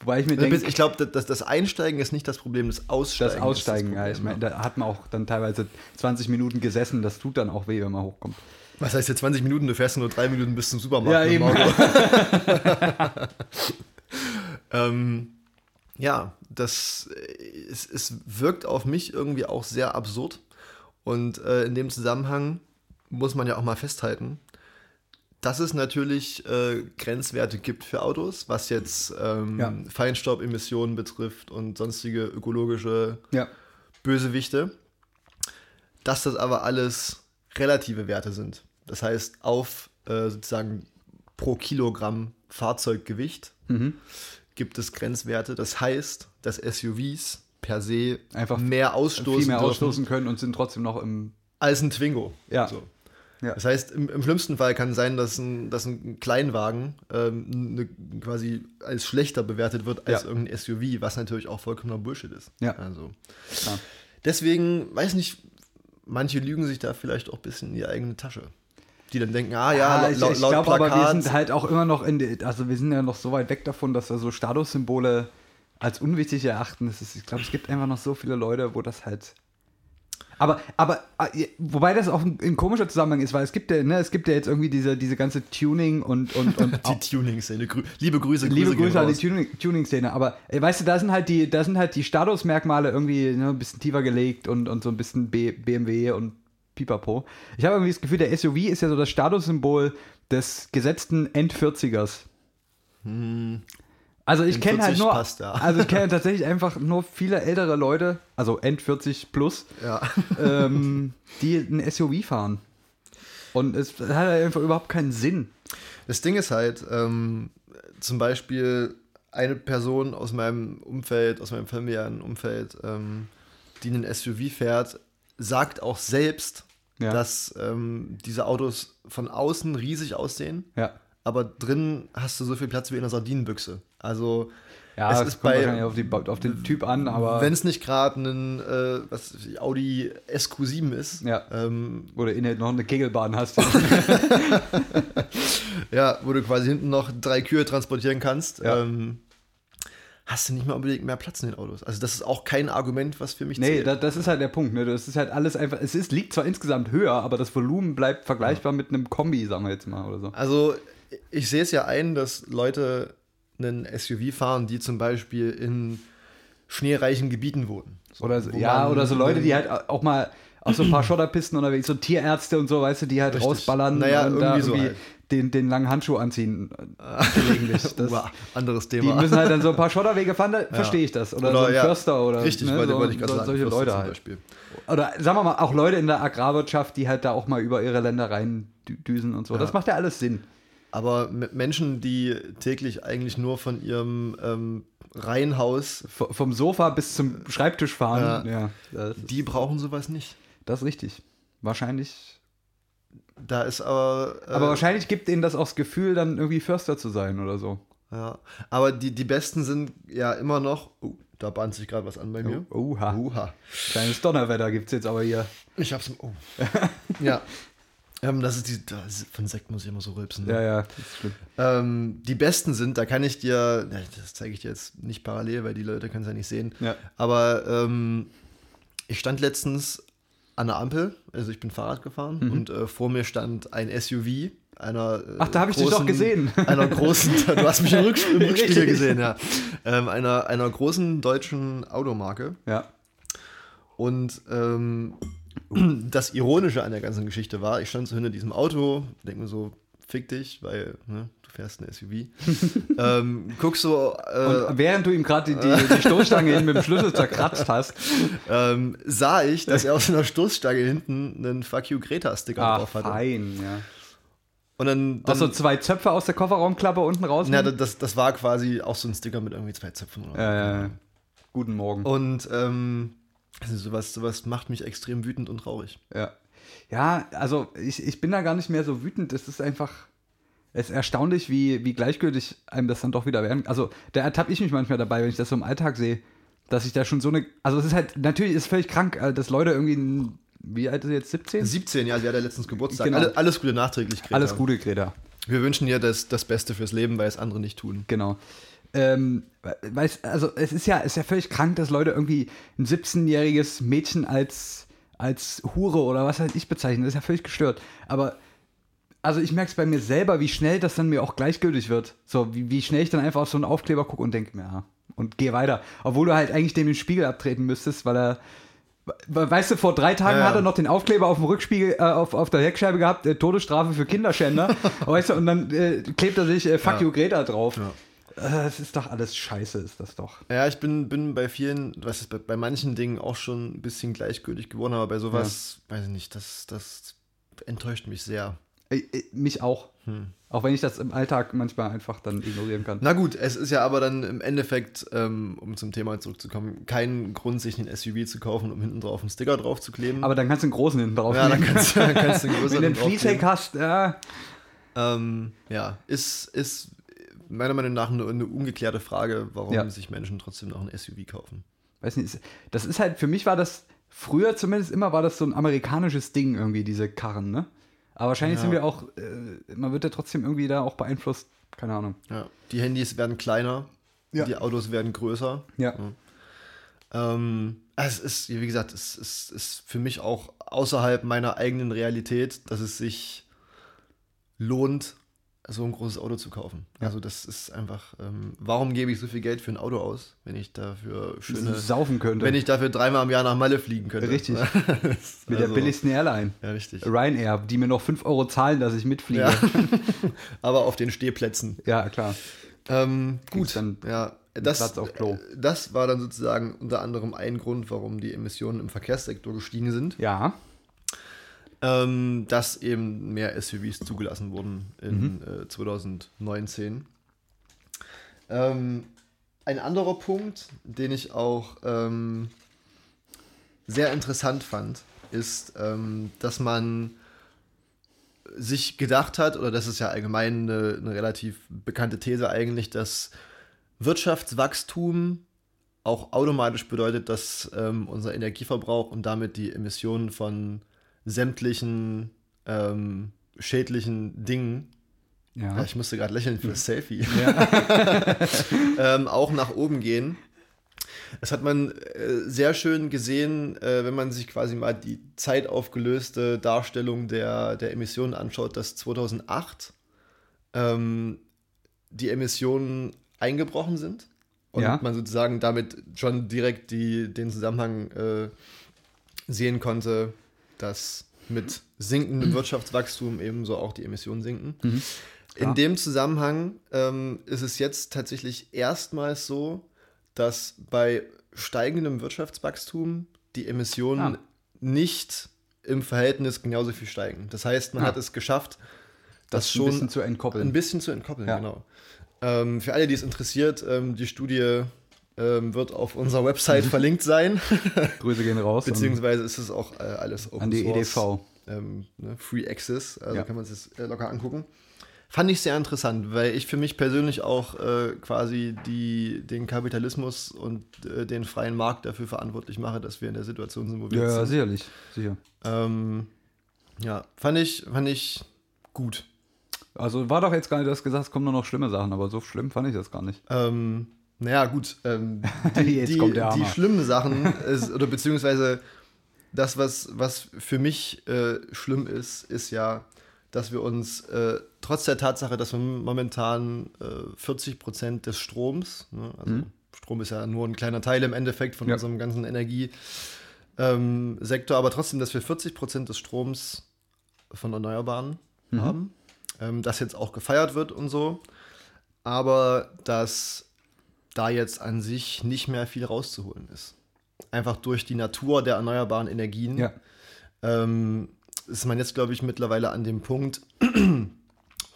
S3: Wobei ich mir
S2: Also
S3: denke,
S2: bis- Ich glaube, das, das Einsteigen ist nicht das Problem, das Aussteigen.
S3: das
S2: ist
S3: Aussteigen, ja,
S2: das
S3: ich
S2: Problem, ne?
S3: meine, da hat man auch dann teilweise 20 Minuten gesessen. Das tut dann auch weh, wenn man hochkommt.
S2: Was heißt jetzt 20 Minuten? Du fährst nur drei Minuten bis zum Supermarkt.
S3: Ja,
S2: mit dem
S3: eben.
S2: Auto. ähm, ja, das äh, es, es wirkt auf mich irgendwie auch sehr absurd. Und äh, in dem Zusammenhang muss man ja auch mal festhalten, dass es natürlich äh, Grenzwerte gibt für Autos, was jetzt ähm,
S3: Ja.
S2: Feinstaubemissionen betrifft und sonstige ökologische
S3: Ja.
S2: Bösewichte, dass das aber alles relative Werte sind. Das heißt, auf äh, sozusagen pro Kilogramm Fahrzeuggewicht
S3: Mhm.
S2: gibt es Grenzwerte. Das heißt, dass SUVs per se
S3: Einfach
S2: mehr ausstoßen,
S3: viel mehr
S2: dürfen
S3: ausstoßen können und sind trotzdem noch im.
S2: als ein Twingo.
S3: Ja.
S2: So.
S3: Ja.
S2: Das heißt, im, im schlimmsten Fall kann es sein, dass ein, dass ein Kleinwagen ähm, ne, quasi als schlechter bewertet wird als
S3: Ja.
S2: irgendein SUV, was natürlich auch vollkommener Bullshit ist.
S3: Ja.
S2: Also.
S3: Klar.
S2: Deswegen, weiß nicht, manche lügen sich da vielleicht auch ein bisschen in die eigene Tasche. Die dann denken, ah ja,
S3: Ah,
S2: lau-
S3: ich
S2: laut,
S3: ich
S2: laut
S3: glaube aber, wir
S2: Plakat.
S3: sind halt auch immer noch in. der- Also, wir sind ja noch so weit weg davon, dass wir so Statussymbole als unwichtig erachten. Das ist, ich glaube, es gibt einfach noch so viele Leute, wo das halt. Aber, aber, ah, je- wobei das auch ein, ein komischer Zusammenhang ist, weil es gibt ja, ne, es gibt ja jetzt irgendwie diese, diese ganze Tuning und, und, und
S2: die Tuning-Szene. Grü liebe Grüße,
S3: halt Liebe
S2: gehen
S3: Grüße an die
S2: raus.
S3: Tuning- Tuning-Szene, aber ey, weißt du, da sind halt die, da sind halt die Statusmerkmale irgendwie ne, ein bisschen tiefer gelegt und, und so ein bisschen B BMW und Pipapo. Ich habe irgendwie das Gefühl, der SUV ist ja so das Statussymbol des gesetzten End-40ers. Also ich kenne halt
S2: N40
S3: nur,
S2: Hm. passt, ja.
S3: also ich kenne tatsächlich einfach nur viele ältere Leute, also End-40 plus,
S2: Ja.
S3: ähm, die ein SUV fahren. Und es hat halt einfach überhaupt keinen Sinn.
S2: Das Ding ist halt, ähm, zum Beispiel eine Person aus meinem Umfeld, aus meinem familiären Umfeld, ähm, die einen SUV fährt, sagt auch selbst,
S3: Ja.
S2: dass ähm, diese Autos von außen riesig aussehen,
S3: Ja.
S2: aber drin hast du so viel Platz wie in einer Sardinenbüchse. Also
S3: Ja,
S2: Es
S3: es,
S2: ist
S3: kommt
S2: bei-
S3: wahrscheinlich auf, die, Ba- auf den Typ an, aber.
S2: wenn es nicht gerade ein äh, was weiß ich, Audi SQ7 ist,
S3: Ja.
S2: ähm,
S3: Oder in noch eine Kegelbahn hast.
S2: Ja, wo du quasi hinten noch drei Kühe transportieren kannst,
S3: Ja.
S2: ähm, hast du nicht mal unbedingt mehr Platz in den Autos. Also das ist auch kein Argument, was für mich
S3: nee,
S2: zählt.
S3: das, das ist halt der Punkt. Ne? Das ist halt alles einfach. Es ist, liegt zwar insgesamt höher, aber das Volumen bleibt vergleichbar mit einem Kombi, sagen wir jetzt mal oder so.
S2: also ich sehe es ja ein, dass Leute einen SUV fahren, die zum Beispiel in schneereichen Gebieten wohnen. So,
S3: Oder so
S2: wo
S3: ja,
S2: man-
S3: oder so Leute, die halt auch mal auf so ein paar Schotterpisten unterwegs, so Tierärzte und so, weißt du, die halt
S2: Richtig.
S3: rausballern
S2: Naja,
S3: und da
S2: irgendwie so halt.
S3: irgendwie den, den langen Handschuh anziehen. Gelegentlich. Das,
S2: Uah, anderes
S3: die
S2: Thema.
S3: müssen halt dann so ein paar Schotterwege fahren, da verstehe ich das. Oder, so ein
S2: ja,
S3: Förster oder
S2: Richtig,
S3: ne,
S2: wollte,
S3: so,
S2: wollte ich gerade
S3: so,
S2: sagen.
S3: solche
S2: Förster
S3: Leute
S2: zum
S3: halt.
S2: Beispiel.
S3: Oder sagen wir mal, auch Leute in der Agrarwirtschaft, die halt da auch mal über ihre Länder reindüsen und so. Das macht ja alles Sinn.
S2: Aber M- Menschen, die täglich eigentlich nur von ihrem ähm, Reihenhaus,
S3: V vom Sofa bis zum Schreibtisch fahren.
S2: Ja.
S3: Ja. das, ist,
S2: die brauchen sowas nicht.
S3: das ist richtig. Wahrscheinlich.
S2: Da ist aber. äh,
S3: Aber wahrscheinlich gibt ihnen das auch das Gefühl, dann irgendwie Förster zu sein oder so.
S2: Ja, aber die, die besten sind ja immer noch. Oh, da bahnt sich gerade was an
S3: Oh.
S2: bei mir.
S3: Oha.
S2: Uha.
S3: Kleines Donnerwetter gibt's jetzt aber hier.
S2: Ich hab's im. Oh. ja. Ähm, das ist die. Da, von Sekt muss ich immer so rülpsen.
S3: Ja,
S2: ne?
S3: ja, das ist schlimm.
S2: Ähm, die besten sind, da kann ich dir. Na, das zeige ich dir jetzt nicht parallel, weil die Leute können es ja nicht sehen.
S3: Ja.
S2: Aber ähm, Ich stand letztens an einer Ampel, also ich bin Fahrrad gefahren und äh, vor mir stand ein SUV einer äh,
S3: Mhm. Ach, da hab ich dich doch
S2: großen-
S3: gesehen.
S2: einer großen du hast mich im, Rücks im Rückspiegel
S3: Richtig.
S2: gesehen ja ähm, einer einer großen deutschen Automarke
S3: Ja.
S2: und ähm, das Ironische an der ganzen Geschichte war, ich stand so hinter diesem Auto, denke mir so, fick dich, weil ne, du fährst ein SUV. ähm, guck so, äh,
S3: Und während du ihm gerade die, die, die Stoßstange hin mit dem Schlüssel zerkratzt hast,
S2: ähm, sah ich, dass er auf so einer Stoßstange hinten einen Fuck You Greta-Sticker
S3: ah,
S2: drauf hatte.
S3: fein, ja.
S2: Und dann,
S3: Auch
S2: dann
S3: so zwei Zöpfe aus der Kofferraumklappe unten raus.
S2: na, das, das war quasi auch so ein Sticker mit irgendwie zwei Zöpfen. Oder so.
S3: äh, guten Morgen.
S2: Und ähm, also sowas, sowas macht mich extrem wütend und traurig.
S3: Ja. Ja, also ich, ich bin da gar nicht mehr so wütend. Es ist einfach. Es ist erstaunlich, wie, wie gleichgültig einem das dann doch wieder werden. Also da ertappe ich mich manchmal dabei, wenn ich das so im Alltag sehe, dass ich da schon so eine. Also es ist halt, natürlich ist es völlig krank, äh, dass Leute irgendwie. n- Wie alt ist sie jetzt? 17?
S2: 17, ja, sie hat ja letztens Geburtstag.
S3: Genau.
S2: Alle, alles Gute nachträglich, Greta.
S3: Alles Gute, Greta.
S2: Wir wünschen dir das, das Beste fürs Leben, weil es andere nicht tun.
S3: Genau. Ähm, weiß, also es ist ja, es ist ja völlig krank, dass Leute irgendwie ein 17-jähriges Mädchen als, als Hure oder was halt ich bezeichnen. Das ist ja völlig gestört. Aber also ich merke es bei mir selber, wie schnell das dann mir auch gleichgültig wird. So, wie, wie schnell ich dann einfach auf so einen Aufkleber gucke und denke mir, ja, und gehe weiter. Obwohl du halt eigentlich dem den Spiegel abtreten müsstest, weil er. we- Weißt du, vor drei Tagen
S2: Ja, ja.
S3: hat er noch den Aufkleber auf dem Rückspiegel, äh, auf, auf der Heckscheibe gehabt, äh, Todesstrafe für Kinderschänder. weißt du, und dann äh, klebt er sich äh, Fuck
S2: Ja.
S3: you Greta drauf.
S2: Ja.
S3: Äh, Es ist doch alles scheiße, ist das doch.
S2: Ja, ich bin, bin bei vielen, was ist, bei, bei manchen Dingen auch schon ein bisschen gleichgültig geworden, aber bei sowas, weiß ich nicht, das, das enttäuscht mich sehr.
S3: Äh, äh, Mich auch.
S2: Hm.
S3: Auch wenn ich das im Alltag manchmal einfach dann ignorieren kann.
S2: Na gut, es ist ja aber dann im Endeffekt, ähm, um zum Thema zurückzukommen, kein Grund, sich einen SUV zu kaufen, um hinten drauf einen Sticker drauf zu kleben.
S3: Aber dann kannst du einen großen hinten drauf
S2: ja, dann
S3: nehmen.
S2: kannst, du- dann kannst du einen
S3: Wenn
S2: größeren
S3: du einen
S2: draufkleben.
S3: Fließheck hast, äh,
S2: Ähm, ja, ist, ist meiner Meinung nach eine, eine ungeklärte Frage, warum
S3: Ja.
S2: sich Menschen trotzdem noch ein SUV kaufen.
S3: weiß nicht, ist- das ist halt, für mich war das, früher zumindest immer war das so ein amerikanisches Ding irgendwie, diese Karren, ne? Aber wahrscheinlich
S2: Ja.
S3: sind wir auch, äh, man wird ja trotzdem irgendwie da auch beeinflusst, keine Ahnung.
S2: Ja. Die Handys werden kleiner,
S3: Ja.
S2: die Autos werden größer.
S3: Ja,
S2: Ähm, es ist, wie gesagt, es ist, ist für mich auch außerhalb meiner eigenen Realität, dass es sich lohnt, so ein großes Auto zu kaufen. Also das ist einfach, ähm, warum gebe ich so viel Geld für ein Auto aus, wenn ich dafür schöne,
S3: saufen könnte.
S2: wenn ich dafür dreimal im Jahr nach Malle fliegen könnte.
S3: Richtig.
S2: Das-
S3: Mit der
S2: also-
S3: billigsten Airline,
S2: Ja, richtig.
S3: Ryanair, die mir noch 5 Euro zahlen, dass ich mitfliege.
S2: Ja.
S3: Ja,
S2: Aber auf den Stehplätzen.
S3: klar.
S2: Ähm, gut,
S3: Kriegst dann
S2: ja. Das, äh,
S3: Platz auf Klo.
S2: das war dann sozusagen unter anderem ein Grund, warum die Emissionen im Verkehrssektor gestiegen sind.
S3: Ja,
S2: Ähm, dass eben mehr SUVs zugelassen wurden in äh, 2019. Ähm, ein anderer Punkt, den ich auch ähm, sehr interessant fand, ist, ähm, dass man sich gedacht hat, oder das ist ja allgemein eine, eine relativ bekannte These eigentlich, dass Wirtschaftswachstum auch automatisch bedeutet, dass ähm, unser Energieverbrauch und damit die Emissionen von sämtlichen ähm, schädlichen Dingen,
S3: ja.
S2: ja, ich musste gerade lächeln für das Selfie, ähm, auch nach oben gehen. Das hat man äh, sehr schön gesehen, äh, wenn man sich quasi mal die zeitaufgelöste Darstellung der, der Emissionen anschaut, dass 2008 ähm, die Emissionen eingebrochen sind und
S3: Ja.
S2: man sozusagen damit schon direkt die, den Zusammenhang äh, sehen konnte, dass mit sinkendem Wirtschaftswachstum ebenso auch die Emissionen sinken. In
S3: Klar.
S2: dem Zusammenhang ähm, ist es jetzt tatsächlich erstmals so, dass bei steigendem Wirtschaftswachstum die Emissionen
S3: Ah.
S2: nicht im Verhältnis genauso viel steigen. Das heißt, man
S3: Ah.
S2: hat es geschafft, das,
S3: das schon ein
S2: schon
S3: bisschen zu entkoppeln.
S2: ein bisschen zu entkoppeln,
S3: Ja.
S2: genau. Ähm, für alle, die es interessiert, ähm, die Studie ähm, wird auf unserer Website verlinkt sein,
S3: Grüße gehen raus. und
S2: beziehungsweise ist es auch äh, alles Open
S3: an die E
S2: Source,
S3: EDV.
S2: Ähm, ne, Free Access, also
S3: Ja.
S2: kann man es jetzt, äh, locker angucken. Fand ich sehr interessant, weil ich für mich persönlich auch äh, quasi die, den Kapitalismus und äh, den freien Markt dafür verantwortlich mache, dass wir in der Situation sind, wo wir
S3: Ja,
S2: jetzt sind.
S3: sicherlich, sicher.
S2: Ähm, ja, fand ich, fand ich gut.
S3: Also war doch jetzt gar nicht, du hast gesagt, es kommen nur noch schlimme Sachen, aber so schlimm fand ich das gar nicht.
S2: Ähm, naja, gut. Ähm, die,
S3: Jetzt
S2: die,
S3: kommt der Hammer.
S2: die schlimmen Sachen, ist, oder beziehungsweise das, was, was für mich äh, schlimm ist, ist ja, dass wir uns äh, trotz der Tatsache, dass wir momentan äh, 40 Prozent des Stroms, ne, also Strom ist ja nur ein kleiner Teil im Endeffekt von
S3: Mhm. Ja.
S2: unserem ganzen Energiesektor, aber trotzdem, dass wir 40 Prozent des Stroms von Erneuerbaren
S3: Mhm.
S2: haben, ähm, das jetzt auch gefeiert wird und so, aber dass da jetzt an sich nicht mehr viel rauszuholen ist. Einfach durch die Natur der erneuerbaren Energien
S3: Ja.
S2: ähm, ist man jetzt, glaube ich, mittlerweile an dem Punkt,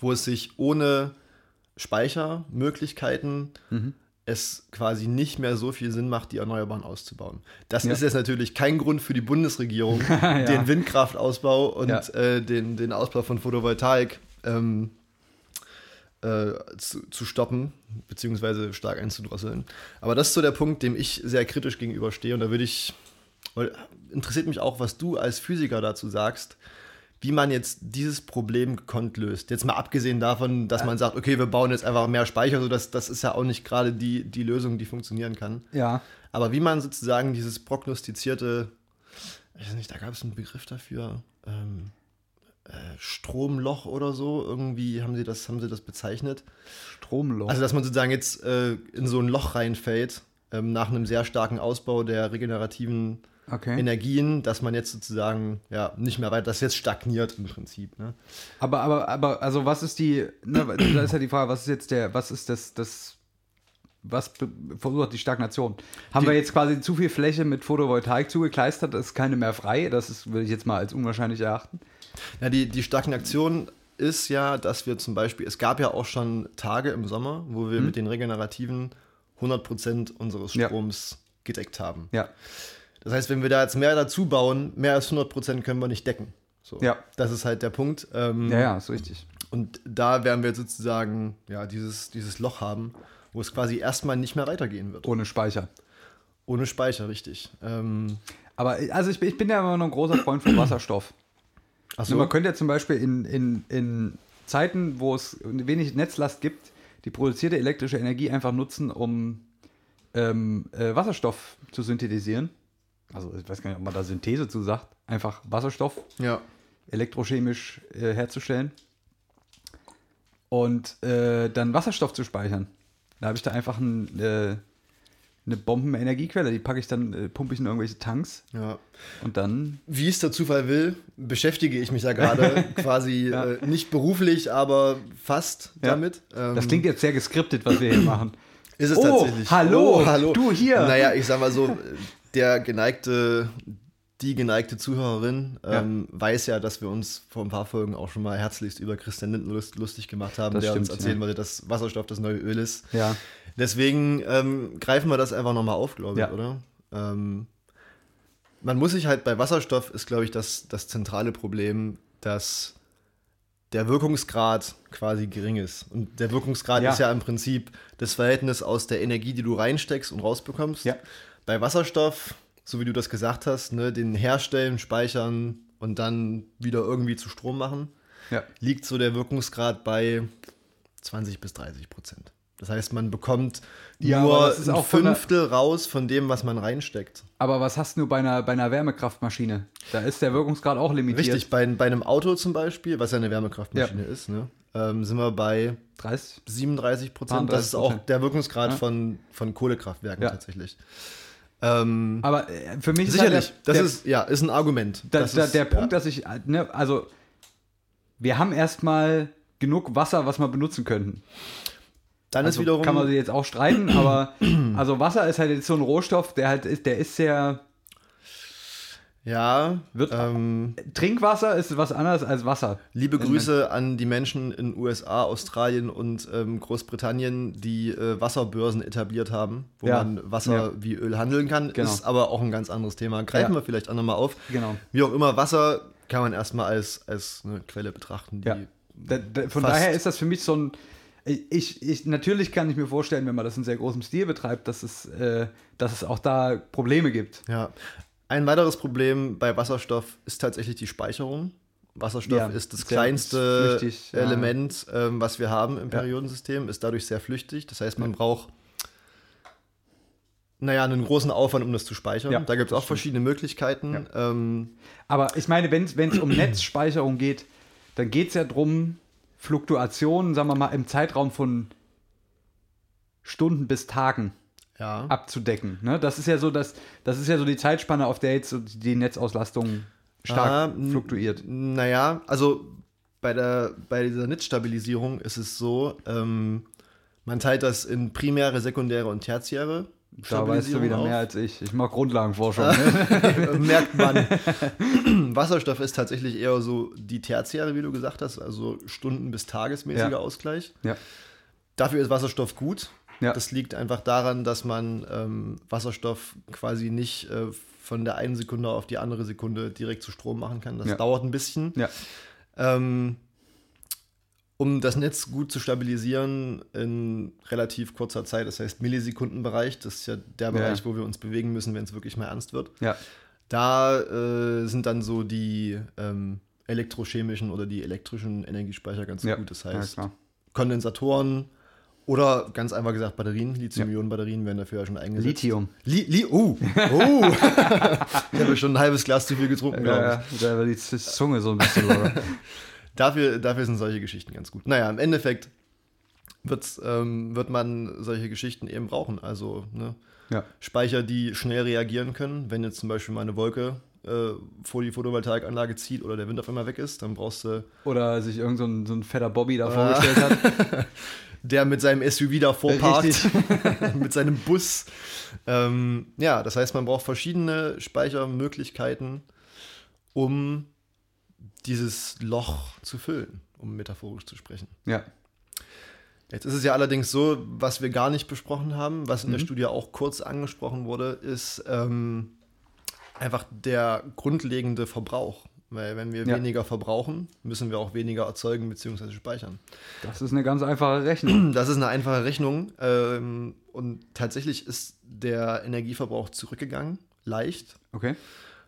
S2: wo es sich ohne Speichermöglichkeiten
S3: Mhm.
S2: es quasi nicht mehr so viel Sinn macht, die Erneuerbaren auszubauen. Das
S3: Ja.
S2: ist jetzt natürlich kein Grund für die Bundesregierung, den Windkraftausbau und
S3: Ja.
S2: äh, den, den Ausbau von Photovoltaik ähm, äh, zu, zu stoppen, beziehungsweise stark einzudrosseln. Aber das ist so der Punkt, dem ich sehr kritisch gegenüberstehe. Und da würde ich, weil, interessiert mich auch, was du als Physiker dazu sagst, wie man jetzt dieses Problem gekonnt löst. Jetzt mal abgesehen davon, dass man sagt, okay, wir bauen jetzt einfach mehr Speicher, so das, das ist ja auch nicht gerade die, die Lösung, die funktionieren kann.
S3: Ja.
S2: Aber wie man sozusagen dieses prognostizierte, ich weiß nicht, da gab es einen Begriff dafür, ähm, äh, Stromloch oder so, irgendwie haben sie das, haben sie das bezeichnet.
S3: Stromloch.
S2: Also, dass man sozusagen jetzt äh, in so ein Loch reinfällt, ähm, nach einem sehr starken Ausbau der regenerativen
S3: okay.
S2: Energien, dass man jetzt sozusagen ja nicht mehr weiter, dass jetzt stagniert im Prinzip. Ne?
S3: Aber, aber, aber, also was ist die, ne, da ist ja die Frage, was ist jetzt der, was ist das, das, was be- verursacht die Stagnation? Haben
S2: Die-
S3: wir jetzt quasi zu viel Fläche mit Photovoltaik zugekleistert, da ist keine mehr frei, das ist, würde ich jetzt mal als unwahrscheinlich erachten.
S2: Ja, die, die Stagnation ist ja, dass wir zum Beispiel, es gab ja auch schon Tage im Sommer, wo wir mit den Regenerativen 100% unseres
S3: Mhm. Ja.
S2: Stroms gedeckt haben.
S3: Ja,
S2: Das heißt, wenn wir da jetzt mehr dazu bauen, mehr als 100% können wir nicht decken. So.
S3: Ja.
S2: Das ist halt der Punkt. Ähm,
S3: ja, ja, ist richtig.
S2: Und da werden wir jetzt sozusagen ja, dieses, dieses Loch haben, wo es quasi erstmal nicht mehr weitergehen wird.
S3: Ohne Speicher.
S2: Ohne Speicher, richtig. Ähm,
S3: Aber also ich, bin- ich bin ja immer noch ein großer Freund von Wasserstoff.
S2: achso,
S3: Also man könnte ja zum Beispiel in, in, in Zeiten, wo es wenig Netzlast gibt, die produzierte elektrische Energie einfach nutzen, um ähm, äh, Wasserstoff zu synthetisieren. Also ich weiß gar nicht, ob man da Synthese zu sagt. Einfach Wasserstoff
S2: ja.
S3: elektrochemisch äh, herzustellen und äh, dann Wasserstoff zu speichern. Da habe ich da einfach ein, äh, eine Bombenenergiequelle. Die packe ich dann, äh, pumpe ich in irgendwelche Tanks
S2: ja.
S3: und dann
S2: Wie es der Zufall will, beschäftige ich mich ja gerade quasi äh, nicht beruflich, aber fast
S3: Ja.
S2: damit. Ähm,
S3: Das klingt jetzt sehr geskriptet, was wir hier machen.
S2: Ist es
S3: Oh,
S2: tatsächlich.
S3: hallo, du hier.
S2: Naja, ich sag mal so, der geneigte, die geneigte Zuhörerin ähm, weiß ja, dass wir uns vor ein paar Folgen auch schon mal herzlichst über Christian Lindenlust lustig gemacht haben,
S3: Das
S2: der uns
S3: stimmt,
S2: erzählen
S3: ja.
S2: wollte, dass Wasserstoff das neue Öl ist.
S3: Ja.
S2: Deswegen ähm, greifen wir das einfach nochmal auf, glaube ich,
S3: Ja.
S2: oder? Ähm, man muss sich halt bei Wasserstoff ist, glaube ich, das, das zentrale Problem, dass der Wirkungsgrad quasi gering ist. Und der Wirkungsgrad
S3: Ja.
S2: ist ja im Prinzip das Verhältnis aus der Energie, die du reinsteckst und rausbekommst.
S3: Ja.
S2: Bei Wasserstoff, so wie du das gesagt hast, ne, den herstellen, speichern und dann wieder irgendwie zu Strom machen
S3: Ja.
S2: liegt so der Wirkungsgrad bei 20 bis 30 Prozent. Das heißt, man bekommt
S3: Ja, aber
S2: nur
S3: das ist
S2: ein
S3: auch von der-
S2: Fünftel raus von dem, was man reinsteckt.
S3: Aber was hast du bei einer, bei einer Wärmekraftmaschine? Da ist der Wirkungsgrad auch limitiert.
S2: Richtig, bei, bei einem Auto zum Beispiel, was ja eine Wärmekraftmaschine ist, ne, ähm, sind wir bei
S3: 30?
S2: 37 Prozent. Das ist auch
S3: 38%.
S2: der Wirkungsgrad
S3: Ja.
S2: von, von Kohlekraftwerken
S3: Ja.
S2: tatsächlich. Ähm,
S3: Aber äh, für mich
S2: sicherlich,
S3: ist halt der,
S2: das
S3: der,
S2: ist, ja, ist ein Argument.
S3: da,
S2: das
S3: da,
S2: ist,
S3: der Punkt,
S2: ja.
S3: dass ich, äh, ne, also wir haben erstmal genug Wasser, was wir benutzen könnten.
S2: Dann
S3: Also
S2: ist wiederum.
S3: kann man sich jetzt auch streiten, aber also Wasser ist halt jetzt so ein Rohstoff, der halt ist, der ist sehr
S2: ja,
S3: Wird-
S2: ähm,
S3: Trinkwasser ist was anderes als Wasser.
S2: Liebe Grüße an die Menschen in USA, Australien und ähm, Großbritannien, die äh, Wasserbörsen etabliert haben, wo
S3: Ja.
S2: man Wasser
S3: Ja.
S2: wie Öl handeln kann.
S3: Genau.
S2: Ist aber auch ein ganz anderes Thema. Greifen
S3: Ja.
S2: wir vielleicht auch nochmal auf.
S3: Genau.
S2: Wie auch immer, Wasser kann man erstmal als, als eine Quelle betrachten. Die,
S3: Ja. Da, da, von
S2: fast-
S3: daher ist das für mich so ein. Ich, ich, natürlich kann ich mir vorstellen, wenn man das in sehr großem Stil betreibt, dass es, äh, dass es auch da Probleme gibt.
S2: Ja. Ein weiteres Problem bei Wasserstoff ist tatsächlich die Speicherung. Wasserstoff
S3: Ja,
S2: ist das
S3: sehr
S2: kleinste
S3: flüchtig, ja.
S2: Element, ähm, was wir haben im Periodensystem, ist dadurch sehr flüchtig. Das heißt, man braucht naja, einen großen Aufwand, um das zu speichern.
S3: Ja,
S2: da gibt es
S3: das
S2: auch verschiedene Möglichkeiten. Ähm,
S3: Aber ich meine, wenn es um Netzspeicherung geht, dann geht es ja drum, Fluktuationen, sagen wir mal, im Zeitraum von Stunden bis Tagen
S2: ja.
S3: abzudecken. Ne? Das ist ja so, das, das ist ja so die Zeitspanne, auf der jetzt so die Netzauslastung stark
S2: Ah, n-
S3: fluktuiert.
S2: Naja, also bei, der, bei dieser Netzstabilisierung ist es so, ähm, man teilt das in primäre, sekundäre und tertiäre
S3: Da weißt du wieder
S2: auf. Ah.
S3: mehr als ich. Ich mag Grundlagenforschung. Ne?
S2: merkt man. Wasserstoff ist tatsächlich eher so die tertiäre, wie du gesagt hast, also Stunden- bis tagesmäßiger
S3: Ja.
S2: Ausgleich.
S3: Ja.
S2: Dafür ist Wasserstoff gut.
S3: Ja.
S2: Das liegt einfach daran, dass man ähm, Wasserstoff quasi nicht äh, von der einen Sekunde auf die andere Sekunde direkt zu Strom machen kann. Das
S3: Ja.
S2: dauert ein bisschen.
S3: ja.
S2: Ähm, um das Netz gut zu stabilisieren in relativ kurzer Zeit, das heißt Millisekundenbereich, das ist ja der Bereich, wo wir uns bewegen müssen, wenn es wirklich mal ernst wird.
S3: Ja.
S2: Da äh, sind dann so die ähm, elektrochemischen oder die elektrischen Energiespeicher ganz
S3: ja.
S2: gut. Das heißt,
S3: Ja, klar.
S2: Kondensatoren oder ganz einfach gesagt Batterien, Lithium-Ionen-Batterien werden dafür ja schon eingesetzt.
S3: Lithium.
S2: Li Li oh, oh. ich habe schon ein halbes Glas zu viel getrunken, glaube ich.
S3: Ja, da war die Zunge so ein bisschen. oder?
S2: Dafür, dafür sind solche Geschichten ganz gut. Naja, im Endeffekt wird's, ähm, wird man solche Geschichten eben brauchen. Also ne?
S3: ja.
S2: Speicher, die schnell reagieren können. Wenn jetzt zum Beispiel mal eine Wolke äh, vor die Photovoltaikanlage zieht oder der Wind auf einmal weg ist, dann brauchst du,
S3: Oder sich irgend so ein, so ein fetter Bobby
S2: Ah.
S3: da vorgestellt hat.
S2: der mit seinem SUV davor parkt, mit seinem Bus. Ähm, ja, das heißt, man braucht verschiedene Speichermöglichkeiten, um dieses Loch zu füllen, um metaphorisch zu sprechen.
S3: Ja.
S2: Jetzt ist es ja allerdings so, was wir gar nicht besprochen haben, was in
S3: Mhm.
S2: der Studie auch kurz angesprochen wurde, ist ähm, einfach der grundlegende Verbrauch. Weil wenn wir
S3: Ja.
S2: weniger verbrauchen, müssen wir auch weniger erzeugen bzw. speichern.
S3: Das ist eine ganz einfache Rechnung.
S2: Das ist eine einfache Rechnung. Ähm, und tatsächlich ist der Energieverbrauch zurückgegangen, leicht.
S3: Okay.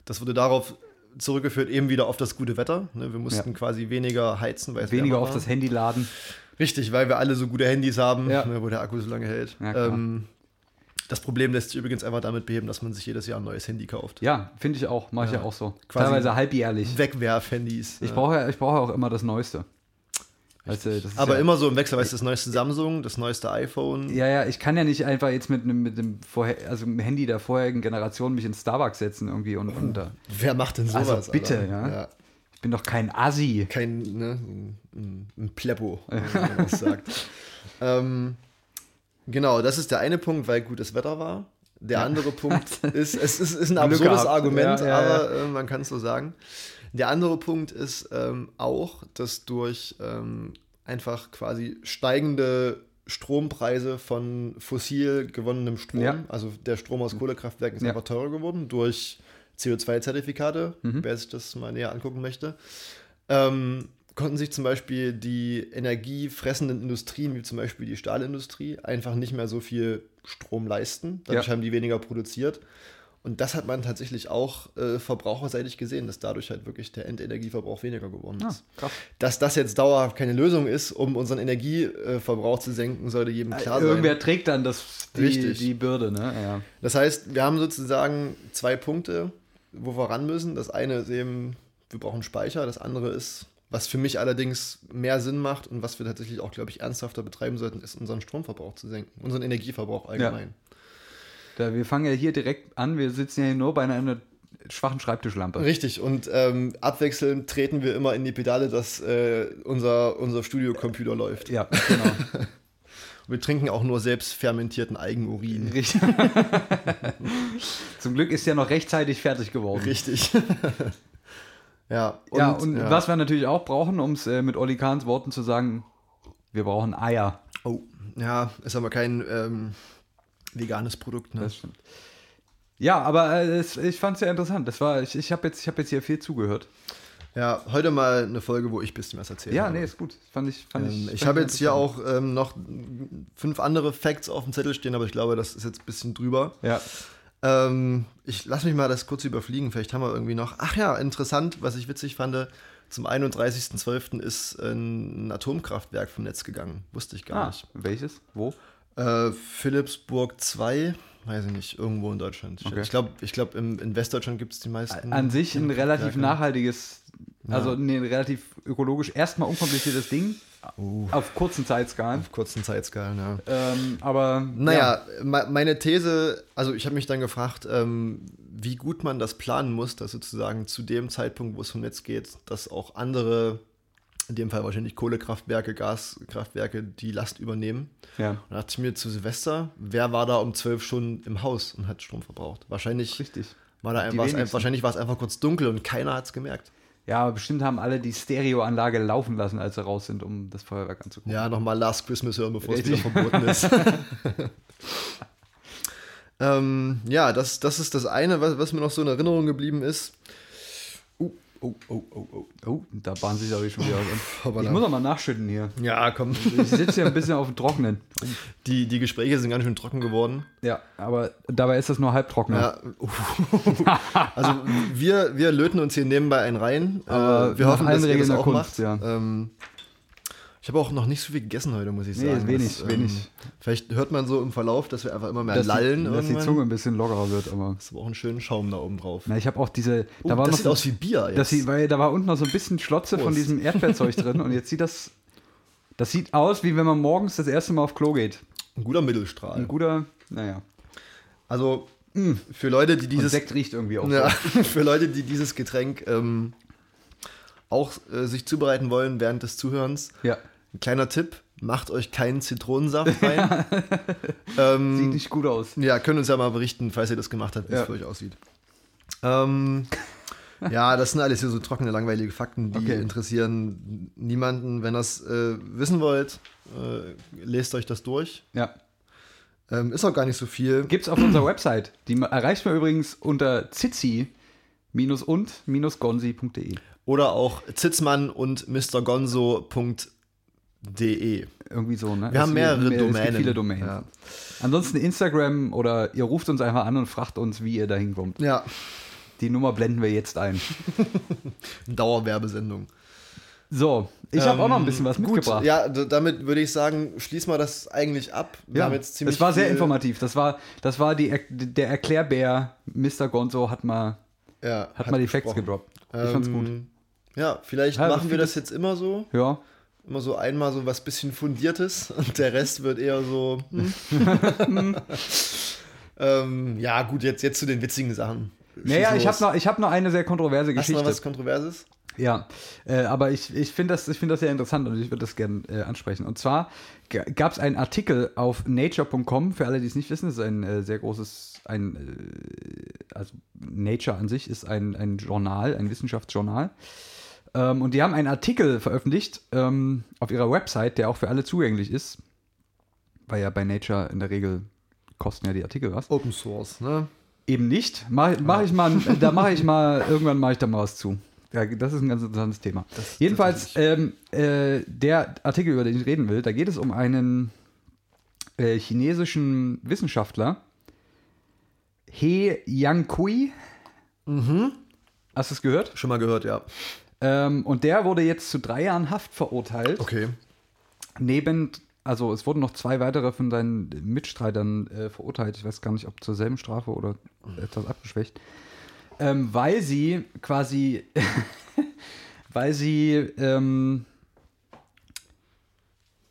S2: Das wurde darauf zurückgeführt, eben wieder auf das gute Wetter. Ne? Wir mussten quasi weniger heizen, weil es
S3: Weniger
S2: wärmer
S3: auf
S2: war.
S3: das Handy laden.
S2: Richtig, weil wir alle so gute Handys haben,
S3: Ja.
S2: ne, wo der Akku so lange hält.
S3: Ja, klar.
S2: ähm, das Problem lässt sich übrigens einfach damit beheben, dass man sich jedes Jahr ein neues Handy kauft.
S3: Ja, finde ich auch. Mache ich ja auch so.
S2: Quasi-
S3: Teilweise halbjährlich.
S2: Wegwerf-Handys. ne?
S3: Ich
S2: ja.
S3: brauche ja, ich brauche auch immer das Neueste. Weißt du, das ist
S2: Aber
S3: ja,
S2: immer so im Wechsel, weißt du, das neueste Samsung, das neueste iPhone.
S3: Ja, ja, ich kann ja nicht einfach jetzt mit einem mit dem vorher, also mit dem Handy der vorherigen Generation mich in Starbucks setzen irgendwie und, und äh,
S2: Wer macht denn sowas?
S3: Also bitte,
S2: Alter?
S3: ja. ich bin doch kein Assi.
S2: Kein, ne, ein- ein, ein Pleppo, wie man das sagt. ähm, genau, das ist der eine Punkt, weil gutes Wetter war. Der andere Punkt ist, es ist, ist ein
S3: Glück
S2: absurdes
S3: gehabt.
S2: Argument,
S3: Ja, ja, ja.
S2: aber äh, man kann es so sagen. Der andere Punkt ist ähm, auch, dass durch ähm, einfach quasi steigende Strompreise von fossil gewonnenem Strom,
S3: Ja.
S2: also der Strom aus Kohlekraftwerken ist
S3: Ja.
S2: einfach teurer geworden durch CO2-Zertifikate,
S3: Mhm.
S2: wer sich das mal näher angucken möchte ähm, konnten sich zum Beispiel die energiefressenden Industrien, wie zum Beispiel die Stahlindustrie, einfach nicht mehr so viel Strom leisten. Dadurch
S3: Ja.
S2: haben die weniger produziert. Und das hat man tatsächlich auch äh, verbraucherseitig gesehen, dass dadurch halt wirklich der Endenergieverbrauch weniger geworden
S3: Ah,
S2: ist.
S3: krass.
S2: Dass das jetzt dauerhaft keine Lösung ist, um unseren Energieverbrauch zu senken, sollte jedem klar sein.
S3: Äh, Irgendwer trägt dann das, die,
S2: Richtig.
S3: die Bürde, ne? Ja.
S2: Das heißt, wir haben sozusagen zwei Punkte, wo wir ran müssen. Das eine ist eben, wir brauchen Speicher. Das andere ist, was für mich allerdings mehr Sinn macht und was wir tatsächlich auch, glaube ich, ernsthafter betreiben sollten, ist unseren Stromverbrauch zu senken, unseren Energieverbrauch allgemein.
S3: Da, wir fangen ja hier direkt an, wir sitzen ja hier nur bei einer, einer schwachen Schreibtischlampe.
S2: Richtig, und ähm, abwechselnd treten wir immer in die Pedale, dass äh, unser, unser Studiocomputer läuft.
S3: Ja, genau.
S2: Wir trinken auch nur selbst fermentierten Eigenurin.
S3: Richtig. Zum Glück ist ja noch rechtzeitig fertig geworden.
S2: Richtig. ja,
S3: ja, und
S2: ja.
S3: was wir natürlich auch brauchen, um es äh, mit Olli Kahns Worten zu sagen, wir brauchen Eier.
S2: Oh, ja, ist aber kein ähm, veganes Produkt. Ne?
S3: Das stimmt. Ja, aber äh, es, ich fand es ja interessant. Das war, ich, ich habe jetzt, ich hab jetzt hier viel zugehört.
S2: Ja, heute mal eine Folge, wo ich ein bisschen was erzähle.
S3: Ja, nee, ist gut. Fand ich, fand
S2: Ähm,
S3: ich,
S2: ich
S3: fand
S2: habe jetzt hier
S3: interessant.
S2: auch ähm, noch fünf andere Facts auf dem Zettel stehen, aber ich glaube, das ist jetzt ein bisschen drüber.
S3: Ja,
S2: Ähm, ich lasse mich mal das kurz überfliegen, vielleicht haben wir irgendwie noch. Ach ja, interessant, was ich witzig fand, zum 31.12. ist ein Atomkraftwerk vom Netz gegangen. Wusste ich gar
S3: ah,
S2: nicht.
S3: welches? Wo?
S2: Äh, Philipsburg 2 Weiß ich nicht, irgendwo in Deutschland. Ich-
S3: Okay.
S2: Ich glaube, ich glaub, im- in Westdeutschland gibt es die meisten.
S3: An sich
S2: hm,
S3: ein relativ
S2: Windkraftwerke.
S3: nachhaltiges, also nee, ein relativ ökologisch erstmal unkompliziertes Ding
S2: Uh,
S3: auf kurzen Zeitskalen.
S2: auf kurzen Zeitskalen, ja.
S3: Ähm, aber ja,
S2: Naja, me- meine These, also ich habe mich dann gefragt, ähm, wie gut man das planen muss, dass sozusagen zu dem Zeitpunkt, wo es vom Netz geht, dass auch andere, in dem Fall wahrscheinlich Kohlekraftwerke, Gaskraftwerke, die Last übernehmen.
S3: ja,
S2: Und da dachte ich mir zu Silvester, wer war da um zwölf Stunden im Haus und hat Strom verbraucht? Wahrscheinlich
S3: richtig.
S2: war, da
S3: Die
S2: ein, war's ein,
S3: wenigsten.
S2: wahrscheinlich war es einfach kurz dunkel und keiner hat es gemerkt.
S3: Ja, aber bestimmt haben alle die Stereoanlage laufen lassen, als sie raus sind, um das Feuerwerk anzugucken.
S2: Ja, nochmal Last Christmas hören, bevor es wieder
S3: Richtig.
S2: verboten ist. ähm, ja, das, das ist das eine, was, was mir noch so in Erinnerung geblieben ist. Uh, oh, oh, oh, oh.
S3: Oh, da bahnen sich glaube ich schon wieder aus.
S2: hoppala.
S3: Ich muss noch mal nachschütten hier.
S2: Ja, komm.
S3: Ich sitze hier ein bisschen auf dem Trockenen.
S2: Die, die Gespräche sind ganz schön trocken geworden.
S3: Ja, aber dabei ist das nur halbtrocken.
S2: Ja. also wir, wir löten uns hier nebenbei einen rein.
S3: Aber
S2: äh, wir
S3: nach
S2: hoffen,
S3: allen
S2: dass ihr
S3: Regeln
S2: das
S3: der
S2: auch macht.
S3: Kunst, ja.
S2: Ähm, ich habe auch noch nicht so viel gegessen heute, muss ich
S3: Nee,
S2: sagen. ähm,
S3: wenig, wenig.
S2: Vielleicht hört man so im Verlauf, dass wir einfach immer mehr
S3: dass,
S2: lallen
S3: die, dass
S2: irgendwann.
S3: die Zunge ein bisschen lockerer wird. Aber
S2: Das war auch einen schönen Schaum da oben drauf.
S3: na, ich habe auch diese. Da
S2: Oh, das
S3: war noch
S2: sieht
S3: so-
S2: aus wie Bier jetzt.
S3: Das sieht, weil da war unten noch so ein bisschen Schlotze von
S2: Prost.
S3: diesem Erdbeerzeug drin und jetzt sieht das. Das sieht aus, wie wenn man morgens das erste Mal auf Klo geht.
S2: ein guter Mittelstrahl.
S3: Ein guter, naja.
S2: also für Leute, die
S3: Dieses
S2: dieses
S3: Sekt riecht irgendwie auch.
S2: ja,
S3: so.
S2: für Leute, die dieses Getränk ähm, auch äh, sich zubereiten wollen während des Zuhörens,
S3: ja.
S2: ein kleiner Tipp: Macht euch keinen Zitronensaft rein. ähm,
S3: Sieht nicht gut aus.
S2: Ja, können uns ja mal berichten, falls ihr das gemacht habt, wie es
S3: Ja.
S2: für euch aussieht. Ähm, ja, das sind alles hier so trockene, langweilige Fakten, die
S3: Okay.
S2: interessieren niemanden. Wenn ihr das äh, wissen wollt, äh, lest euch das durch.
S3: Ja.
S2: Ähm, ist auch gar nicht so viel.
S3: Gibt's auf unserer Website. Die ma- erreicht man übrigens unter zizi-und-gonsi.de.
S2: Oder auch zitzmann und mrgonzo.de.
S3: Irgendwie so, ne?
S2: E. Wir haben
S3: gibt
S2: mehrere
S3: mehr- Es
S2: Domänen.
S3: gibt viele Domänen.
S2: Ja.
S3: Ansonsten Instagram oder ihr ruft uns einfach an und fragt uns, wie ihr da hinkommt.
S2: Ja,
S3: Die Nummer blenden wir jetzt ein.
S2: Dauerwerbesendung.
S3: So, ich habe auch noch ein bisschen was
S2: Ähm, Gut,
S3: mitgebracht.
S2: Ja, d- damit würde ich sagen, schließ mal das eigentlich ab. Wir
S3: Ja,
S2: haben jetzt ziemlich
S3: es war sehr
S2: viel-
S3: informativ. Das war, das war die, Er- der Erklärbär, Mr. Gonzo hat mal,
S2: Ja,
S3: hat mal die Facts
S2: gesprochen.
S3: gedroppt. Ich fand's gut.
S2: Ähm, Ja, vielleicht
S3: Ja,
S2: machen wir
S3: viel-
S2: das jetzt immer so.
S3: Ja,
S2: Immer so einmal so was bisschen Fundiertes und der Rest wird eher so. Hm. ähm, ja, gut, jetzt, jetzt zu den witzigen Sachen. Schieß
S3: naja, ich
S2: los.
S3: habe noch, ich hab noch eine sehr kontroverse
S2: Hast du
S3: Geschichte.
S2: noch was Kontroverses?
S3: Ja, äh, aber ich, ich finde das, ich find das sehr interessant und ich würde das gerne äh, ansprechen. Und zwar gab es einen Artikel auf nature.com, für alle, die es nicht wissen, das ist ein äh, sehr großes, ein, äh, also Nature an sich ist ein, ein Journal, ein Wissenschaftsjournal. Ähm, und die haben einen Artikel veröffentlicht ähm, auf ihrer Website, der auch für alle zugänglich ist, weil ja bei Nature in der Regel kosten ja die Artikel was.
S2: Open Source, ne?
S3: Eben nicht. Mach, mach ich mal, da mache ich mal, irgendwann mache ich da mal was zu. Ja, das ist ein ganz interessantes Thema. Jedenfalls, ähm, äh, der Artikel, über den ich reden will, da geht es um einen äh, chinesischen Wissenschaftler, He Yangkui. Hast du es gehört?
S2: Schon mal gehört, ja.
S3: Ähm, und der wurde jetzt zu drei Jahren Haft verurteilt
S2: Okay.
S3: neben, also es wurden noch zwei weitere von seinen Mitstreitern äh, verurteilt. Ich weiß gar nicht, ob zur selben Strafe oder etwas abgeschwächt. Ähm, weil sie quasi, weil sie ähm,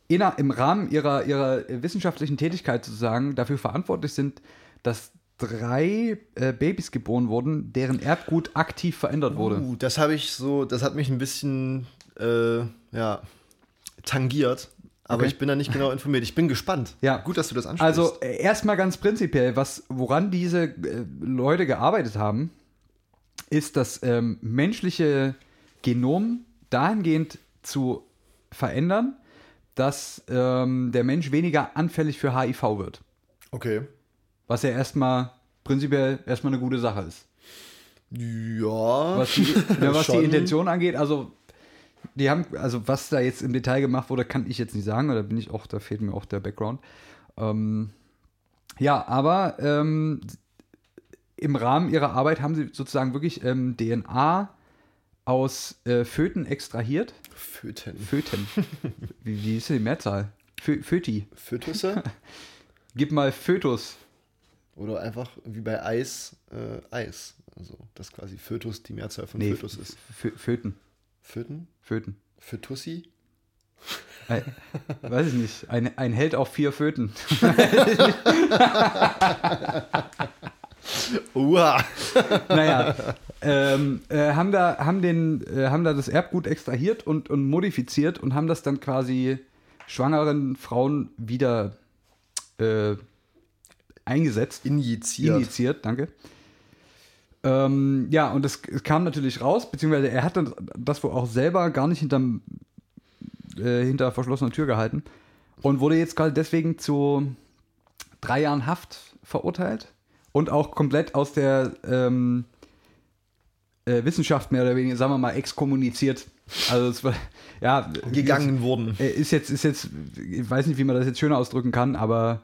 S3: inner, im Rahmen ihrer, ihrer wissenschaftlichen Tätigkeit sozusagen dafür verantwortlich sind, dass drei äh, Babys geboren wurden, deren Erbgut aktiv verändert wurde.
S2: Uh, das habe ich so, das hat mich ein bisschen, äh, ja, tangiert. Aber
S3: Okay.
S2: ich bin da nicht genau informiert. Ich bin gespannt.
S3: Ja.
S2: Gut, dass du das ansprichst.
S3: Also äh, erstmal ganz prinzipiell, was, woran diese äh, Leute gearbeitet haben, ist das ähm, menschliche Genom dahingehend zu verändern, dass ähm, der Mensch weniger anfällig für HIV wird.
S2: Okay.
S3: Was ja erstmal prinzipiell erstmal eine gute Sache ist.
S2: Ja.
S3: Was die, ja, was die
S2: Schon.
S3: Intention angeht, also die haben, also was da jetzt im Detail gemacht wurde, kann ich jetzt nicht sagen, da bin ich auch, da fehlt mir auch der Background. Ähm, ja, aber ähm, im Rahmen ihrer Arbeit haben sie sozusagen wirklich ähm, DNA aus äh, Föten extrahiert.
S2: Föten.
S3: Föten. wie, wie ist denn die Mehrzahl? Fö Föti.
S2: Fötusse?
S3: Gib mal Fötus.
S2: Oder einfach wie bei Eis, äh, Eis. Also das ist quasi Fötus, die Mehrzahl von
S3: Nee,
S2: Fötus ist.
S3: Fö- Föten.
S2: Föten?
S3: Föten.
S2: Fötussi?
S3: Ein, weiß ich nicht. Ein, ein Held auf vier Föten.
S2: Uah!
S3: naja, ähm, äh, haben, da, haben, den, äh, haben da das Erbgut extrahiert und, und modifiziert und haben das dann quasi schwangeren Frauen wieder äh, eingesetzt,
S2: Injiziert.
S3: injiziert, danke. Ähm, ja, und das es kam natürlich raus, beziehungsweise er hat dann das wohl auch selber gar nicht hinterm, äh, hinter verschlossener Tür gehalten und wurde jetzt gerade deswegen zu drei Jahren Haft verurteilt und auch komplett aus der ähm, äh, Wissenschaft mehr oder weniger, sagen wir mal, exkommuniziert. Also es war, ja,
S2: Gegangen wurden.
S3: äh, ist jetzt, ist jetzt, ich weiß nicht, wie man das jetzt schöner ausdrücken kann, aber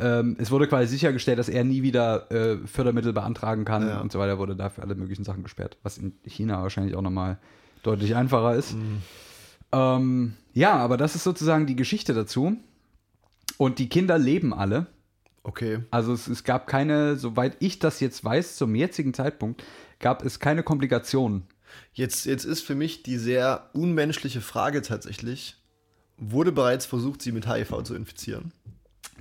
S3: ähm, es wurde quasi sichergestellt, dass er nie wieder äh, Fördermittel beantragen kann
S2: Ja.
S3: und so weiter, wurde dafür alle möglichen Sachen gesperrt, was in China wahrscheinlich auch nochmal deutlich einfacher ist. Ähm, ja, aber das ist sozusagen die Geschichte dazu. Und die Kinder leben alle.
S2: Okay.
S3: Also es, es gab keine, soweit ich das jetzt weiß, zum jetzigen Zeitpunkt, gab es keine Komplikationen.
S2: Jetzt, jetzt ist für mich die sehr unmenschliche Frage tatsächlich, wurde bereits versucht, sie mit HIV zu infizieren?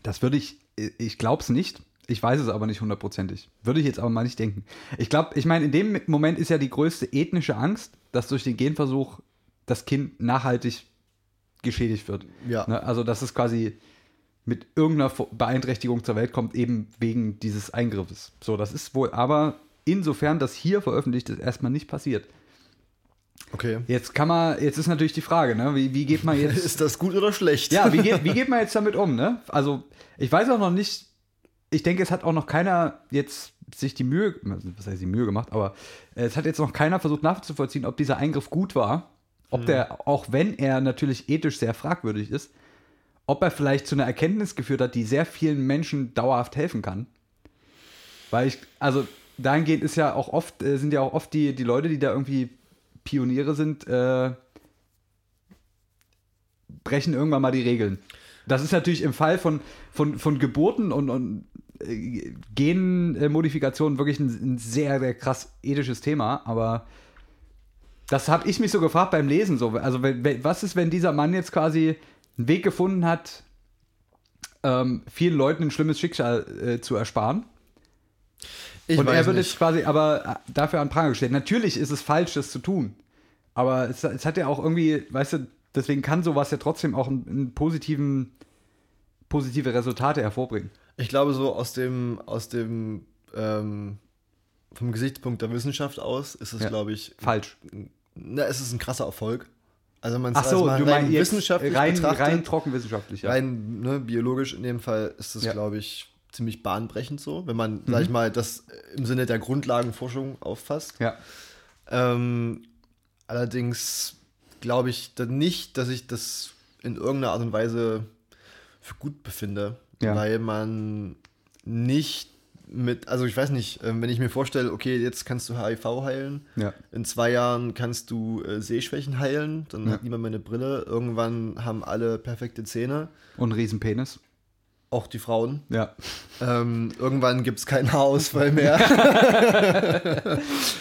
S3: Das würde ich, ich glaube es nicht. Ich weiß es aber nicht hundertprozentig. Würde ich jetzt aber mal nicht denken. Ich glaube, ich meine, in dem Moment ist ja die größte ethnische Angst, dass durch den Genversuch das Kind nachhaltig geschädigt wird.
S2: Ja.
S3: Ne? Also, dass es quasi mit irgendeiner Fo- Beeinträchtigung zur Welt kommt, eben wegen dieses Eingriffes. So, das ist wohl aber insofern, dass hier veröffentlicht ist, erstmal nicht passiert.
S2: Okay.
S3: Jetzt kann man, jetzt ist natürlich die Frage, ne? wie, wie geht man jetzt
S2: Ist das gut oder schlecht?
S3: ja, wie geht, wie geht man jetzt damit um, ne? Also, ich weiß auch noch nicht, ich denke, es hat auch noch keiner jetzt sich die Mühe, was heißt die Mühe gemacht, aber es hat jetzt noch keiner versucht nachzuvollziehen, ob dieser Eingriff gut war, ob der, auch wenn er natürlich ethisch sehr fragwürdig ist, ob er vielleicht zu einer Erkenntnis geführt hat, die sehr vielen Menschen dauerhaft helfen kann. Weil ich, also dahingehend ist ja auch oft, äh, sind ja auch oft die, die Leute, die da irgendwie Pioniere sind, äh, brechen irgendwann mal die Regeln. Das ist natürlich im Fall von, von, von Geburten und, und äh, Genmodifikationen wirklich ein, ein sehr, sehr krass ethisches Thema, aber das habe ich mich so gefragt beim Lesen. So. Also, wenn, wenn, was ist, wenn dieser Mann jetzt quasi einen Weg gefunden hat, ähm, vielen Leuten ein schlimmes Schicksal äh, zu ersparen?
S2: ich
S3: und
S2: weiß
S3: er wird
S2: nicht.
S3: jetzt quasi aber äh, dafür an Pranger gestellt. Natürlich ist es falsch, das zu tun. Aber es, es hat ja auch irgendwie, weißt du, deswegen kann sowas ja trotzdem auch einen, einen positiven, positive Resultate hervorbringen.
S2: Ich glaube, so aus dem, aus dem, ähm, vom Gesichtspunkt der Wissenschaft aus ist es,
S3: Ja.
S2: glaube ich,
S3: Falsch.
S2: na, es ist ein krasser Erfolg. Also man
S3: Ach so,
S2: also
S3: du
S2: rein
S3: meinst jetzt
S2: wissenschaftlich
S3: rein,
S2: betrachtet,
S3: rein trockenwissenschaftlich, ja.
S2: rein ne, biologisch in dem Fall ist es,
S3: Ja. Mhm.
S2: glaube ich, ziemlich bahnbrechend so, wenn man, sag ich mal, das im Sinne der Grundlagenforschung auffasst.
S3: ja.
S2: Ähm, allerdings glaube ich dann nicht, dass ich das in irgendeiner Art und Weise für gut befinde,
S3: Ja.
S2: weil man nicht mit, also ich weiß nicht, ähm, wenn ich mir vorstelle, okay, jetzt kannst du HIV heilen,
S3: Ja.
S2: in zwei Jahren kannst du äh, Sehschwächen heilen, dann
S3: Ja.
S2: hat niemand mehr eine Brille, irgendwann haben alle perfekte Zähne,
S3: Und einen Riesenpenis.
S2: auch die Frauen.
S3: Ja.
S2: Ähm, irgendwann gibt es keinen Haarausfall mehr.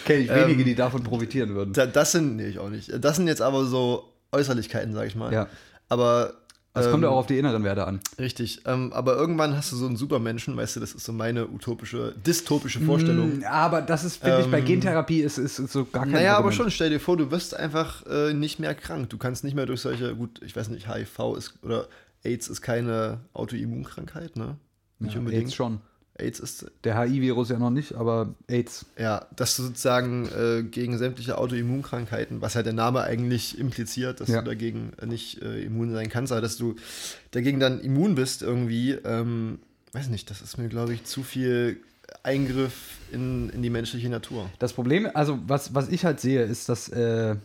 S3: Kenne ich wenige, die davon profitieren würden.
S2: ähm, Da- das sind, nee, ich auch nicht. Das sind jetzt aber so Äußerlichkeiten, sag ich mal.
S3: Ja.
S2: Aber. ähm,
S3: Das kommt ja auch auf die inneren Werte an.
S2: Richtig. Ähm, aber irgendwann hast du so einen Supermenschen, weißt du, das ist so meine utopische, dystopische Vorstellung.
S3: Mm, Aber das ist, finde ich, bei
S2: Ähm,
S3: Gentherapie ist, ist, ist so gar kein
S2: Naja, aber
S3: Argument.
S2: schon, stell dir vor, du wirst einfach äh, nicht mehr krank. Du kannst nicht mehr durch solche, gut, ich weiß nicht, HIV ist oder AIDS ist keine Autoimmunkrankheit, ne? Nicht
S3: ja,
S2: unbedingt.
S3: AIDS schon.
S2: AIDS ist,
S3: Der HIV-Virus ja noch nicht, aber AIDS.
S2: ja, dass du sozusagen äh, gegen sämtliche Autoimmunkrankheiten, was halt der Name eigentlich impliziert, dass
S3: Ja.
S2: du dagegen nicht äh, immun sein kannst, aber dass du dagegen dann immun bist irgendwie, ähm, weiß nicht, das ist mir, glaube ich, zu viel Eingriff in, in die menschliche Natur.
S3: Das Problem, also was, was ich halt sehe, ist, dass äh,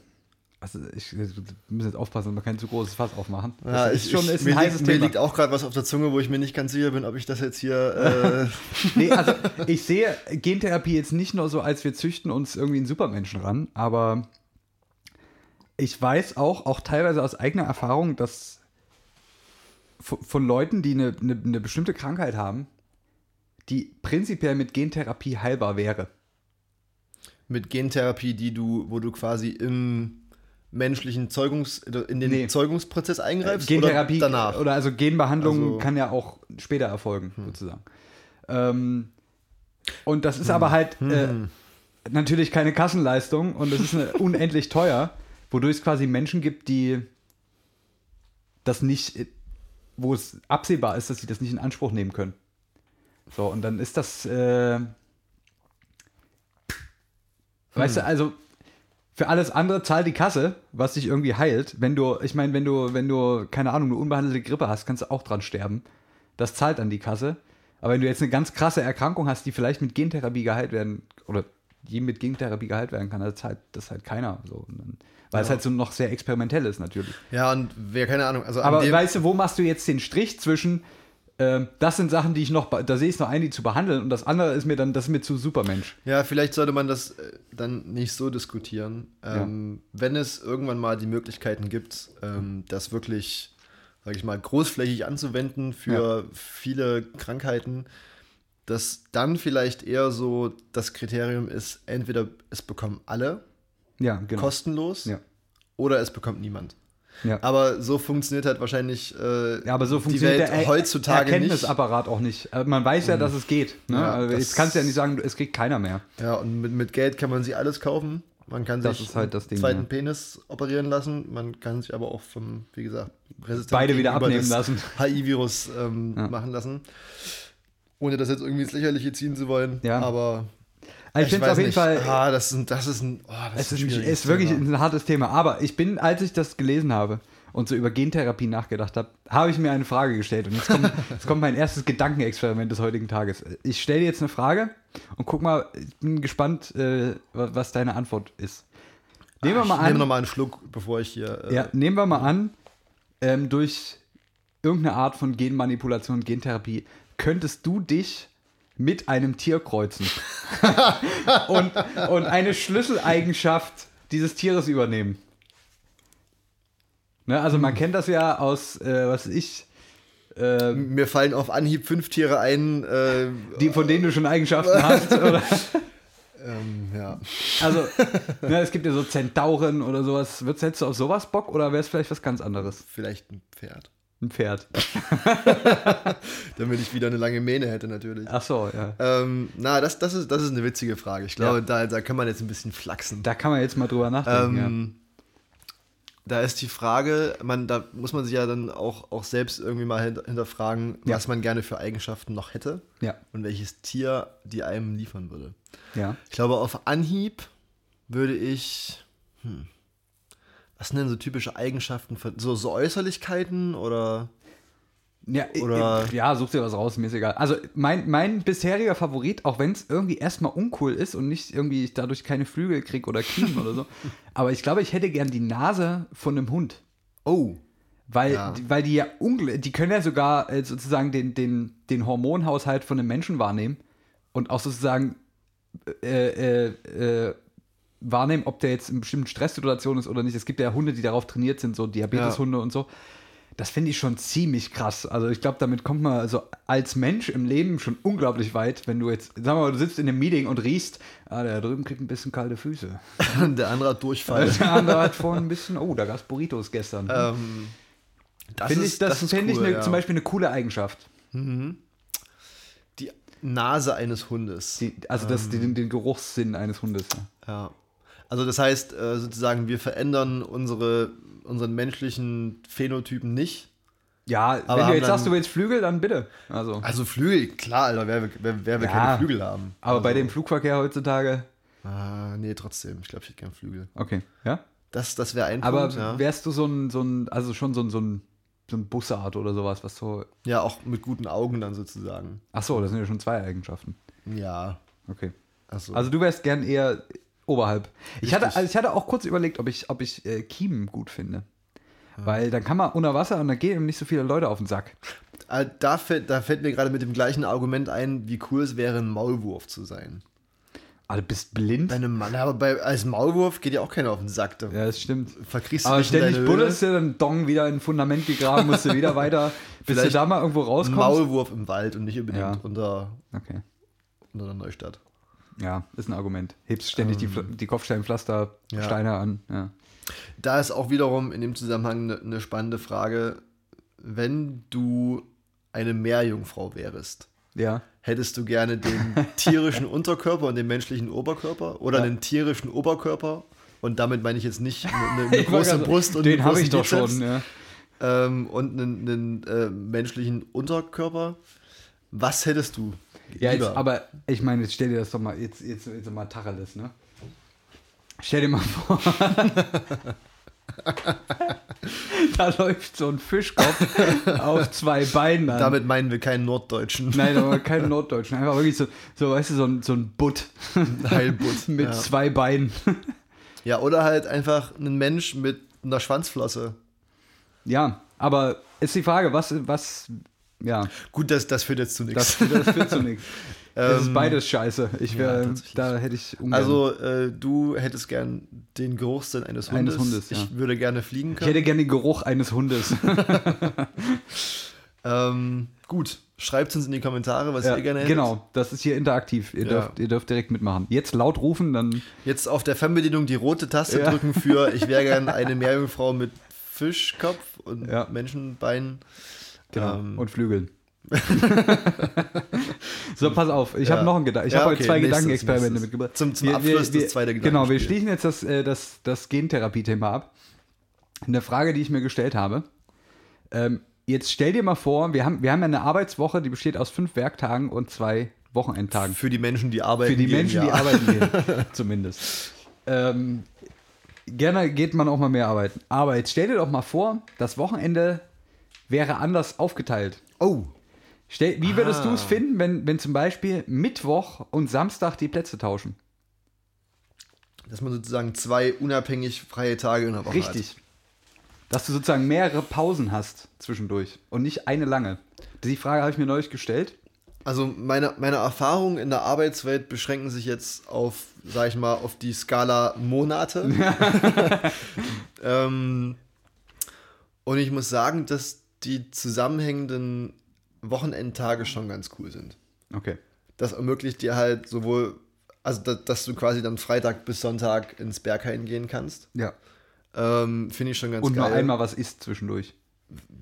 S3: also ich, wir müssen jetzt aufpassen, dass wir kein zu großes Fass aufmachen.
S2: Ja,
S3: das ist
S2: ich-
S3: schon
S2: ich-
S3: ist
S2: mir
S3: ein heißes
S2: liegt, Mir
S3: Thema.
S2: liegt auch gerade was auf der Zunge, wo ich mir nicht ganz sicher bin, ob ich das jetzt hier. Äh,
S3: Nee, also ich sehe Gentherapie jetzt nicht nur so, als wir züchten uns irgendwie einen Supermenschen ran, aber ich weiß auch, auch teilweise aus eigener Erfahrung, dass von, von Leuten, die eine, eine, eine bestimmte Krankheit haben, die prinzipiell mit Gentherapie heilbar wäre.
S2: Mit Gentherapie, die du, wo du quasi im menschlichen Zeugungs, in den
S3: Nee. Äh,
S2: Zeugungsprozess eingreifst
S3: Gentherapie
S2: oder danach.
S3: oder also Genbehandlung
S2: Also- Hm.
S3: kann ja auch später erfolgen, sozusagen. Ähm, und das ist
S2: Hm.
S3: aber halt äh, natürlich keine Kassenleistung und es ist eine, unendlich teuer, wodurch es quasi Menschen gibt, die das nicht, äh, wo es absehbar ist, dass sie das nicht in Anspruch nehmen können. So, und dann ist das, äh, weißt
S2: Hm.
S3: du, also für alles andere zahl die Kasse, was dich irgendwie heilt. Wenn du, ich meine, wenn du, wenn du, keine Ahnung, eine unbehandelte Grippe hast, kannst du auch dran sterben. Das zahlt dann die Kasse. Aber wenn du jetzt eine ganz krasse Erkrankung hast, die vielleicht mit Gentherapie geheilt werden, oder die mit Gentherapie geheilt werden kann, das zahlt das halt keiner. So. Und dann, weil es halt so noch sehr experimentell ist, natürlich.
S2: Ja, und wer keine Ahnung, also
S3: Aber
S2: an dem,
S3: weißt du, wo machst du jetzt den Strich zwischen, ähm, das sind Sachen, die ich noch, be- da sehe ich noch ein, die zu behandeln, und das andere ist mir dann, das ist mir zu Supermensch.
S2: ja, vielleicht sollte man das äh, dann nicht so diskutieren. Ähm, Wenn es irgendwann mal die Möglichkeiten gibt, ähm, das wirklich, sag ich mal, großflächig anzuwenden für viele Krankheiten, dass dann vielleicht eher so das Kriterium ist, entweder es bekommen alle
S3: Ja, genau.
S2: kostenlos
S3: Ja.
S2: oder es bekommt niemand.
S3: Ja.
S2: Aber so funktioniert halt wahrscheinlich äh,
S3: Ja, aber so
S2: die
S3: funktioniert
S2: Welt
S3: der Er-
S2: heutzutage nicht. Hm.
S3: Erkenntnisapparat auch nicht. Äh, Man weiß ja, dass es geht. Ne?
S2: Ja,
S3: also
S2: das-
S3: jetzt kannst du ja nicht sagen, es kriegt keiner mehr.
S2: Ja, und mit, mit Geld kann man sich alles kaufen. Man kann
S3: Das
S2: sich
S3: ist halt das
S2: einen
S3: Ding,
S2: zweiten
S3: ja.
S2: Penis operieren lassen. Man kann sich aber auch vom, wie gesagt, resistent
S3: Beide wieder
S2: gegenüber
S3: abnehmen
S2: des
S3: lassen.
S2: HI-Virus ähm,
S3: Ja.
S2: machen lassen. Ohne das jetzt irgendwie ins Lächerliche ziehen zu wollen.
S3: Ja.
S2: Aber
S3: Also ich finde es
S2: weiß
S3: auf jeden
S2: nicht.
S3: Fall,
S2: Ah, das ist ein, das ist ein, oh, das
S3: es ist,
S2: ein
S3: ein,
S2: schwieriges
S3: ist wirklich
S2: Thema.
S3: ein hartes Thema. Aber ich bin, als ich das gelesen habe und so über Gentherapie nachgedacht habe, habe ich mir eine Frage gestellt. Und jetzt kommt, jetzt kommt mein erstes Gedankenexperiment des heutigen Tages. Ich stelle dir jetzt eine Frage und guck mal, ich bin gespannt, äh, wa- was deine Antwort ist. Nehmen wir
S2: Ah, Ich
S3: mal
S2: nehme
S3: an,
S2: nochmal einen Schluck, bevor ich hier. Äh,
S3: Ja, nehmen wir mal an, ähm, durch irgendeine Art von Genmanipulation, Gentherapie, könntest du dich mit einem Tier kreuzen und, und eine Schlüsseleigenschaft dieses Tieres übernehmen. Ne, also man kennt das ja aus, äh, was weiß ich, äh,
S2: Mir fallen auf Anhieb fünf Tiere ein. Äh,
S3: die, von denen du schon Eigenschaften hast. Oder?
S2: ähm, ja.
S3: Also, ne, es gibt ja so Zentauren oder sowas. Würdest- Hättest du auf sowas Bock oder wäre es vielleicht was ganz anderes?
S2: Vielleicht ein Pferd.
S3: Ein Pferd.
S2: Damit ich wieder eine lange Mähne hätte, natürlich.
S3: Ach so, ja.
S2: Ähm, na, das, das, ist, das ist eine witzige Frage. Ich glaube,
S3: Ja.
S2: da, da kann man jetzt ein bisschen flachsen.
S3: Da kann man jetzt mal drüber nachdenken. ja.
S2: ähm, Da ist die Frage, man, da muss man sich ja dann auch, auch selbst irgendwie mal hinter- hinterfragen,
S3: Ja.
S2: was man gerne für Eigenschaften noch hätte
S3: Ja,
S2: und welches Tier die einem liefern würde.
S3: ja.
S2: Ich glaube, auf Anhieb würde ich. Hm, was sind denn so typische Eigenschaften? Von, so, so Äußerlichkeiten oder.
S3: Ja, i-
S2: Oder-
S3: i- Äh, ja, such dir was raus, mir ist egal. Also mein, mein bisheriger Favorit, auch wenn es irgendwie erstmal uncool ist und nicht irgendwie ich dadurch keine Flügel krieg oder Kiemen oder so, aber ich glaube, ich hätte gern die Nase von einem Hund.
S2: Oh,
S3: Weil,
S2: Ja.
S3: die- weil die ja ungle die können ja sogar äh, sozusagen den, den, den Hormonhaushalt von einem Menschen wahrnehmen und auch sozusagen äh, äh, äh, wahrnehmen, ob der jetzt in bestimmten Stresssituationen ist oder nicht. Es gibt ja Hunde, die darauf trainiert sind, so Diabeteshunde und so. Das finde ich schon ziemlich krass. Also ich glaube, damit kommt man also als Mensch im Leben schon unglaublich weit, wenn du jetzt, sagen wir mal, du sitzt in einem Meeting und riechst, ah, der da drüben kriegt ein bisschen kalte Füße.
S2: der andere hat Durchfall.
S3: Der andere hat vorhin ein bisschen, oh, da gab es Burritos gestern.
S2: ähm, das
S3: Finde ich, das,
S2: ist
S3: finde ich
S2: cool,
S3: ne,
S2: ja.
S3: zum Beispiel eine coole Eigenschaft.
S2: die Nase eines Hundes.
S3: Die, also das,
S2: Ähm.
S3: den, den Geruchssinn eines Hundes. ja.
S2: Ja. Also das heißt äh, sozusagen, wir verändern unsere, unseren menschlichen Phänotypen nicht.
S3: Ja,
S2: Aber
S3: wenn du
S2: haben
S3: jetzt sagst,
S2: dann-
S3: du willst Flügel, dann bitte. Also,
S2: Also Flügel, klar, Alter, wer, wer, wer will
S3: Ja.
S2: keine Flügel haben?
S3: aber bei
S2: also,
S3: dem Flugverkehr heutzutage,
S2: Ah, nee, trotzdem. Ich glaube, ich hätte gerne Flügel.
S3: okay, ja.
S2: Das, das wäre ein
S3: Aber
S2: Punkt, ja.
S3: wärst du so ein, so ein, also schon so ein, so ein, so ein Bussard oder sowas, was so,
S2: ja, auch mit guten Augen dann sozusagen.
S3: ach so, das sind ja schon zwei Eigenschaften.
S2: Ja.
S3: Okay.
S2: Also,
S3: Also du wärst gern eher oberhalb. Ich hatte,
S2: Richtig.
S3: also ich hatte auch kurz überlegt, ob ich, ob ich äh, Kiemen gut finde. Weil dann kann man unter Wasser und dann gehen eben nicht so viele Leute auf den Sack.
S2: äh, da, fällt, da fällt mir gerade mit dem gleichen Argument ein, wie cool es wäre, ein Maulwurf zu sein.
S3: Ah, du bist blind?
S2: Bei einem Mann, aber bei, als Maulwurf geht ja auch keiner auf den Sack. Da
S3: Ja, das stimmt.
S2: verkriechst du
S3: Aber
S2: dich in
S3: ständig
S2: deine
S3: buddelst
S2: Höhle.
S3: du dann Dong wieder in ein Fundament gegraben, musst du wieder weiter, bis du
S2: Vielleicht
S3: da mal irgendwo rauskommst.
S2: Maulwurf im Wald und nicht unbedingt
S3: Ja.
S2: unter,
S3: Okay.
S2: unter der Neustadt.
S3: Ja, ist ein Argument. Hebst ständig die, Fl- die Kopfsteinpflaster
S2: Ähm. ja.
S3: Steine an. Ja.
S2: Da ist auch wiederum in dem Zusammenhang eine ne spannende Frage. Wenn du eine Meerjungfrau wärest,
S3: ja.
S2: hättest du gerne den tierischen Unterkörper und den menschlichen Oberkörper oder
S3: Ja.
S2: den tierischen Oberkörper? Und damit meine ich jetzt nicht eine, eine
S3: Ich war
S2: große
S3: grad so,
S2: Brust und
S3: Den
S2: einen
S3: habe
S2: großen
S3: ich doch
S2: Bizeps,
S3: schon. Ja.
S2: Ähm, und einen, einen äh, menschlichen Unterkörper. Was hättest du?
S3: Ja, jetzt,
S2: lieber?
S3: aber ich meine, jetzt stell dir das doch mal, jetzt, jetzt, jetzt mal Tacheles, ne? Stell dir mal vor, da läuft so ein Fischkopf auf zwei Beinen an.
S2: Damit meinen wir keinen Norddeutschen.
S3: Nein, aber kein Norddeutschen, einfach wirklich so, so weißt du, so ein, so ein Butt
S2: Heilbutt.
S3: mit
S2: ja.
S3: zwei Beinen.
S2: ja, oder halt einfach einen Mensch mit einer Schwanzflosse.
S3: Ja, aber ist die Frage, was, was, ja,
S2: Gut, das, das führt jetzt zu
S3: das,
S2: nichts.
S3: das führt zu nichts. Das ist
S2: Ähm,
S3: beides scheiße. Ich
S2: ja,
S3: wär,
S2: tatsächlich.
S3: da hätte ich ungern.
S2: Also, äh, du hättest gern den Geruchssinn eines Hundes.
S3: Eines Hundes, ja.
S2: Ich würde gerne fliegen
S3: ich
S2: können.
S3: hätte gerne den Geruch eines Hundes.
S2: Ähm, gut, schreibt uns in die Kommentare, was
S3: Ja,
S2: ihr gerne hättet.
S3: genau, das ist hier interaktiv. Ihr,
S2: Ja.
S3: dürft, ihr dürft direkt mitmachen. Jetzt laut rufen, dann
S2: Jetzt auf der Fernbedienung die rote Taste
S3: Ja.
S2: drücken für ich wäre gern eine Meerjungfrau mit Fischkopf und
S3: Ja.
S2: Menschenbeinen.
S3: genau.
S2: Ähm,
S3: und Flügeln. so, pass auf, ich habe
S2: Ja.
S3: noch einen Gedanken. Ich
S2: Ja,
S3: habe
S2: okay,
S3: euch zwei
S2: nächstes,
S3: Gedankenexperimente
S2: nächstes.
S3: mitgebracht.
S2: Zum- zum Abschluss das zweite
S3: Genau, wir
S2: Gedankenspiel.
S3: schließen jetzt das, äh, das, das Gentherapie-Thema ab. Eine Frage, die ich mir gestellt habe. Ähm, jetzt stell dir mal vor, wir haben, wir haben ja eine Arbeitswoche, die besteht aus fünf Werktagen und zwei Wochenendtagen.
S2: Für die Menschen, die arbeiten.
S3: Für die
S2: gehen,
S3: Menschen, die
S2: ja.
S3: arbeiten gehen, zumindest. Ähm, gerne geht man auch mal mehr arbeiten. Aber jetzt stell dir doch mal vor, das Wochenende wäre anders aufgeteilt.
S2: Oh, Ah.
S3: Stell, wie würdest du es finden, wenn, wenn zum Beispiel Mittwoch und Samstag die Plätze tauschen?
S2: Oh, dass man sozusagen zwei unabhängig freie Tage in der Woche hat.
S3: Richtig. Dass du sozusagen mehrere Pausen hast zwischendurch und nicht eine lange. Die Frage habe ich mir neulich gestellt.
S2: Also meine, meine Erfahrungen in der Arbeitswelt beschränken sich jetzt auf, sag ich mal, auf die Skala Monate. ähm, und ich muss sagen, dass die zusammenhängenden Wochenendtage schon ganz cool sind.
S3: Okay.
S2: Das ermöglicht dir halt sowohl, also da, dass du quasi dann Freitag bis Sonntag ins Berghain gehen kannst.
S3: Ja.
S2: Ähm, Finde ich schon ganz
S3: Und
S2: geil.
S3: nur einmal was isst zwischendurch.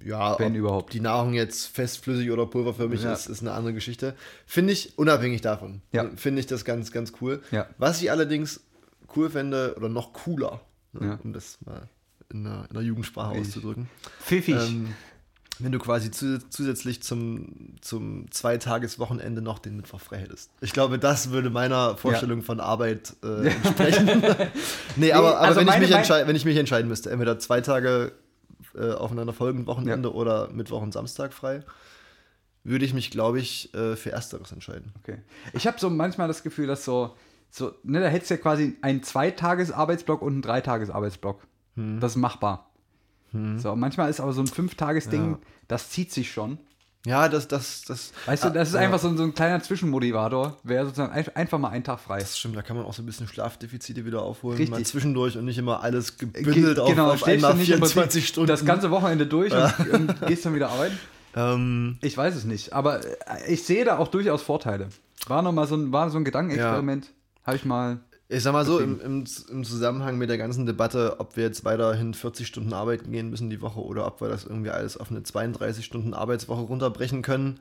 S2: Ja,
S3: Wenn
S2: ob
S3: überhaupt.
S2: Die Nahrung jetzt fest, flüssig oder pulverförmig
S3: Ja.
S2: ist, ist eine andere Geschichte. Finde ich, unabhängig davon,
S3: Ja.
S2: finde ich das ganz, ganz cool.
S3: Ja.
S2: Was ich allerdings cool fände, oder noch cooler, ne,
S3: Ja.
S2: um das mal in der, in der Jugendsprache
S3: Richtig.
S2: auszudrücken,
S3: Pfiffig.
S2: ähm, wenn du quasi zu, zusätzlich zum, zum Zweitageswochenende noch den Mittwoch frei hättest. Ich glaube, das würde meiner Vorstellung von Arbeit äh, entsprechen. nee, aber, aber
S3: also
S2: wenn, ich
S3: meine-
S2: mich
S3: mein-
S2: entschei- wenn ich mich entscheiden müsste, entweder zwei Tage äh, aufeinander folgend Wochenende oder Mittwoch und Samstag frei, würde ich mich, glaube ich, äh, für Ersteres entscheiden.
S3: Okay. Ich habe so manchmal das Gefühl, dass so, so ne, da hättest du ja quasi einen Zweitages-Arbeitsblock und einen Dreitages-Arbeitsblock.
S2: Hm.
S3: Das ist machbar. So, manchmal ist aber so ein Fünftages-Ding,
S2: Ja.
S3: das zieht sich schon.
S2: Ja, das, das, das.
S3: Weißt du, das ist
S2: Ah, ja,
S3: einfach so ein, so ein kleiner Zwischenmotivator, wäre sozusagen ein, einfach mal einen Tag frei.
S2: Das stimmt, da kann man auch so ein bisschen Schlafdefizite wieder aufholen,
S3: Richtig. Äh,
S2: mal zwischendurch und nicht immer alles gebündelt
S3: Ge- genau,
S2: auf, auf
S3: stehst du
S2: einmal
S3: nicht im Prinzip
S2: 24 Stunden.
S3: Das ganze Wochenende durch und, und gehst dann wieder arbeiten.
S2: ähm,
S3: Ich weiß es nicht, aber äh, ich sehe da auch durchaus Vorteile. War noch mal so ein, war so ein Gedankenexperiment, habe ich mal.
S2: Ich sag mal so, im, im, im Zusammenhang mit der ganzen Debatte, ob wir jetzt weiterhin 40 Stunden arbeiten gehen müssen die Woche oder ob wir das irgendwie alles auf eine 32-Stunden-Arbeitswoche runterbrechen können,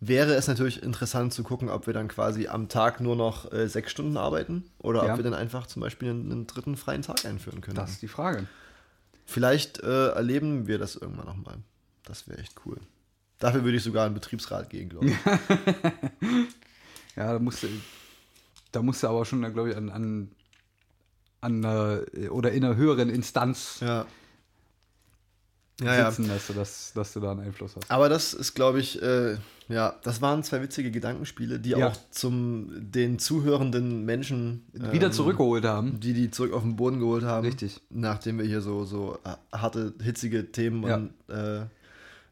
S2: wäre es natürlich interessant zu gucken, ob wir dann quasi am Tag nur noch äh, sechs Stunden arbeiten oder
S3: Ja.
S2: ob wir dann einfach zum Beispiel einen, einen dritten freien Tag einführen können.
S3: Das ist die Frage.
S2: Vielleicht äh, erleben wir das irgendwann nochmal. Das wäre echt cool. Dafür würde ich sogar in den Betriebsrat gehen, glaube ich.
S3: Ja, da musste, da musste aber schon, glaube ich, an, an, an äh, oder in einer höheren Instanz
S2: ja. Ja, ja.
S3: sitzen, dass du, das, dass du da einen Einfluss hast.
S2: Aber das ist, glaube ich, äh, ja, das waren zwei witzige Gedankenspiele, die
S3: Ja.
S2: auch zum den zuhörenden Menschen ähm,
S3: Wieder zurückgeholt haben.
S2: die die zurück auf den Boden geholt haben.
S3: Richtig.
S2: Nachdem wir hier so so äh, harte, hitzige Themen
S3: Ja.
S2: und äh,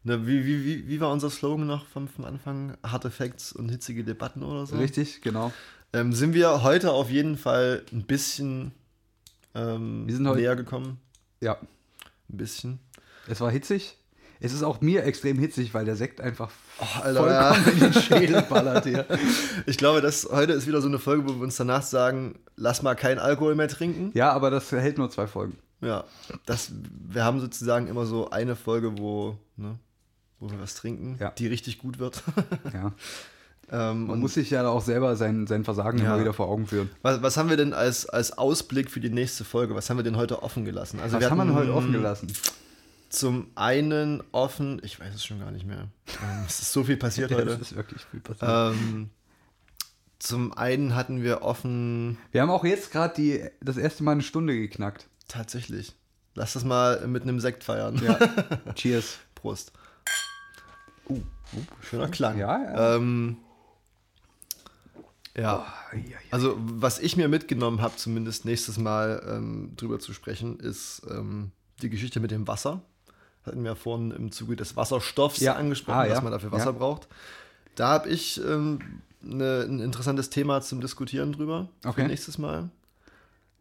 S2: ne, wie, wie, wie, wie war unser Slogan noch vom, vom Anfang? Harte Facts und hitzige Debatten oder so?
S3: Richtig, genau.
S2: Ähm, sind wir heute auf jeden Fall ein bisschen ähm,
S3: Wir sind heute-
S2: näher gekommen.
S3: Ja,
S2: Ein bisschen.
S3: es war hitzig. Es ist auch mir extrem hitzig, weil der Sekt einfach
S2: Oh,
S3: vollkommen in den Schädel ballert hier.
S2: Ich glaube, das, heute ist wieder so eine Folge, wo wir uns danach sagen, lass mal keinen Alkohol mehr trinken.
S3: Ja, aber das hält nur zwei Folgen.
S2: Ja, das, wir haben sozusagen immer so eine Folge, wo, ne, wo wir was trinken,
S3: Ja.
S2: die richtig gut wird.
S3: Ja.
S2: ähm,
S3: Man
S2: und
S3: muss sich ja auch selber sein, sein Versagen
S2: Ja.
S3: immer wieder vor Augen führen.
S2: was, was haben wir denn als, als Ausblick für die nächste Folge? Was haben wir denn heute offen gelassen? Also
S3: Was haben wir denn heute offen gelassen?
S2: Zum einen offen, ich weiß es schon gar nicht mehr. Ähm, es ist so viel passiert
S3: Ja, das
S2: heute.
S3: ist wirklich viel passiert.
S2: Ähm, zum einen hatten wir offen
S3: Wir haben auch jetzt gerade das erste Mal eine Stunde geknackt.
S2: tatsächlich. Lass das mal mit einem Sekt feiern.
S3: Cheers.
S2: Prost. Uh, uh, schöner Klang.
S3: Ja, ja.
S2: Ähm,
S3: Oh,
S2: ja. Also, was ich mir mitgenommen habe, zumindest nächstes Mal ähm, drüber zu sprechen, ist ähm, die Geschichte mit dem Wasser. Hatten wir vorhin im Zuge des Wasserstoffs
S3: Ja.
S2: angesprochen,
S3: Ah, ja.
S2: dass man dafür Wasser
S3: Ja.
S2: braucht. Da habe ich ähm, ne, ein interessantes Thema zum Diskutieren drüber
S3: Okay.
S2: für nächstes Mal.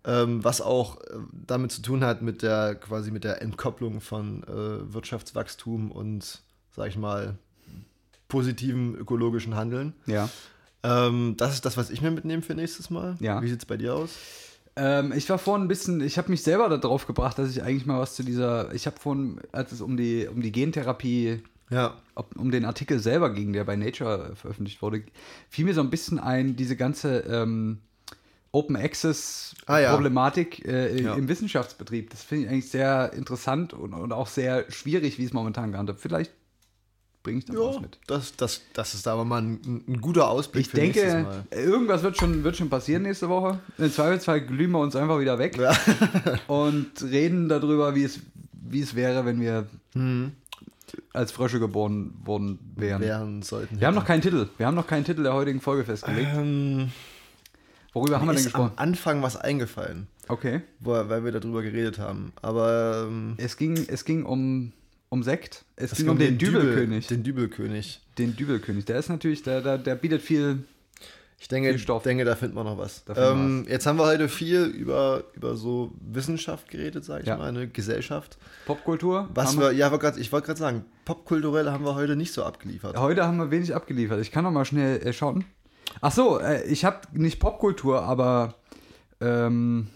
S2: Ähm, was auch äh, damit zu tun hat mit der quasi mit der Entkopplung von äh, Wirtschaftswachstum und, sag ich mal, positivem ökologischen Handeln.
S3: Ja.
S2: Ähm, das ist das, was ich mir mitnehme für nächstes Mal.
S3: Ja.
S2: Wie sieht es bei dir aus?
S3: Ähm, ich war vorhin ein bisschen, ich habe mich selber darauf gebracht, dass ich eigentlich mal was zu dieser, ich habe vorhin, als es um die, um die Gentherapie,
S2: Ja.
S3: ob, um den Artikel selber ging, der bei Nature veröffentlicht wurde, fiel mir so ein bisschen ein, diese ganze ähm, Open Access
S2: Ah, ja.
S3: Problematik äh, im-
S2: Ja.
S3: im Wissenschaftsbetrieb. Das finde ich eigentlich sehr interessant und, und auch sehr schwierig, wie es momentan gehandhabt. wird. Vielleicht bringe ich da was
S2: Ja,
S3: mit.
S2: das, das, das ist aber mal ein, ein guter Ausblick
S3: Ich
S2: für nächstes
S3: denke,
S2: Mal.
S3: irgendwas wird schon, wird schon passieren nächste Woche. Im Zweifelsfall glühen wir uns einfach wieder weg
S2: Ja.
S3: und reden darüber, wie es, wie es wäre, wenn wir
S2: Mhm.
S3: als Frösche geboren worden wären.
S2: Werden sollten.
S3: Wir haben noch keinen Titel. Wir haben noch keinen Titel der heutigen Folge festgelegt.
S2: ähm,
S3: Worüber haben wir
S2: mir
S3: denn
S2: ist am
S3: gesprochen?
S2: Anfang was eingefallen,
S3: Okay.
S2: wo, weil wir darüber geredet haben. Aber ähm,
S3: Es ging, es ging um, um Sekt. Es,
S2: es
S3: ging um den, Dübelkönig.
S2: Den Dübelkönig.
S3: Den Dübelkönig. Der ist natürlich, der, der, der bietet viel.
S2: Ich denke,
S3: Viel Stoff.
S2: denke, da findet man noch was.
S3: Da findet man
S2: Ähm, jetzt haben wir heute viel über, über so Wissenschaft geredet, sage ich
S3: Ja.
S2: mal, eine Gesellschaft.
S3: Popkultur.
S2: Was
S3: haben
S2: wir, ja, wollt grad, ich wollte gerade sagen, popkulturell haben wir heute nicht so abgeliefert.
S3: Heute haben wir wenig abgeliefert. Ich kann noch mal schnell äh, schauen. Ach so, äh, ich habe nicht Popkultur, aber ähm,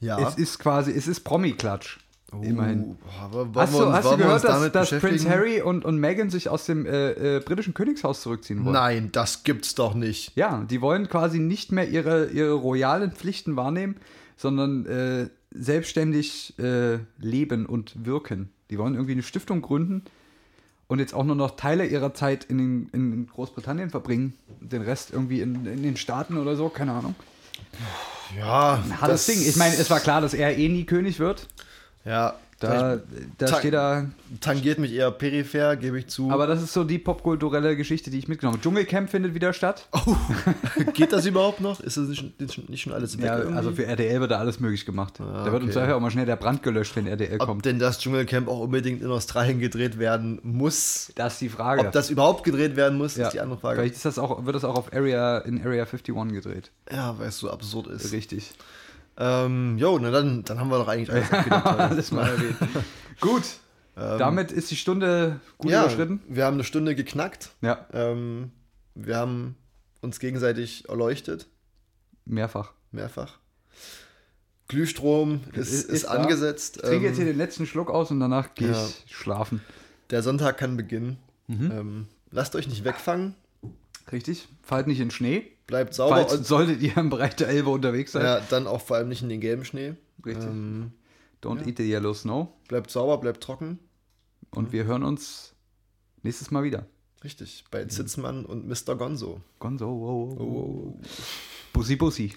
S2: Ja.
S3: es ist quasi, es ist Promi-Klatsch. Immerhin.
S2: Uh, aber wollen
S3: Hast
S2: wir
S3: du,
S2: uns,
S3: hast du
S2: wollen wir uns
S3: gehört, dass,
S2: damit
S3: dass Prince
S2: beschäftigen?
S3: Harry und, und Meghan sich aus dem äh, äh, britischen Königshaus zurückziehen wollen?
S2: Nein, das gibt's doch nicht.
S3: Ja, die wollen quasi nicht mehr ihre, ihre royalen Pflichten wahrnehmen, sondern äh, selbstständig äh, leben und wirken. Die wollen irgendwie eine Stiftung gründen und jetzt auch nur noch Teile ihrer Zeit in, den, in Großbritannien verbringen, den Rest irgendwie in, in den Staaten oder so, keine Ahnung.
S2: Ja,
S3: Hartes Ding. Ich meine, es war klar, dass er eh nie König wird.
S2: Ja,
S3: Da, da
S2: Zack.
S3: steht er.
S2: tangiert mich eher peripher, gebe ich zu.
S3: Aber das ist so die popkulturelle Geschichte, die ich mitgenommen habe. Dschungelcamp findet wieder statt.
S2: Oh, Geht das überhaupt noch? Ist das nicht, schon- nicht schon alles weg?
S3: ja,
S2: irgendwie?
S3: also für RTL wird da alles möglich gemacht. da wird
S2: Ah, okay.
S3: uns daher auch mal schnell der Brand gelöscht, wenn RTL
S2: Ob
S3: kommt.
S2: denn das Dschungelcamp auch unbedingt in Australien gedreht werden muss?
S3: Das ist die Frage.
S2: Ob das überhaupt gedreht werden muss,
S3: Ja.
S2: ist die andere Frage.
S3: Vielleicht ist das auch, wird das auch auf Area, in Area 51 gedreht.
S2: Ja, weil es so absurd ist.
S3: Richtig.
S2: Ähm, jo, na dann, dann haben wir doch eigentlich alles abgedeckt.
S3: Alles mal erwähnt. Gut. Damit ist die Stunde gut
S2: Ähm, ja,
S3: überschritten.
S2: wir haben eine Stunde geknackt.
S3: Ja,
S2: Ähm, wir haben uns gegenseitig erleuchtet,
S3: mehrfach.
S2: mehrfach. Glühstrom ist,
S3: Ist-
S2: ist,
S3: ist da.
S2: angesetzt.
S3: Ich trinke jetzt hier
S2: Ähm,
S3: den letzten Schluck aus und danach gehe
S2: ja.
S3: ich schlafen.
S2: der Sonntag kann beginnen.
S3: Hm?
S2: Ähm, lasst euch nicht wegfangen.
S3: Äh, Richtig? Fallt nicht in Schnee.
S2: Bleibt sauber
S3: Falls
S2: und
S3: solltet ihr im Bereich der Elbe unterwegs sein.
S2: ja, dann auch vor allem nicht in den gelben Schnee.
S3: Richtig.
S2: Ähm,
S3: Don't eat the yellow snow.
S2: bleibt sauber, bleibt trocken.
S3: Und wir hören uns nächstes Mal wieder.
S2: Richtig, bei Zitzmann und Mr. Gonzo.
S3: Gonzo. Bussi, bussi.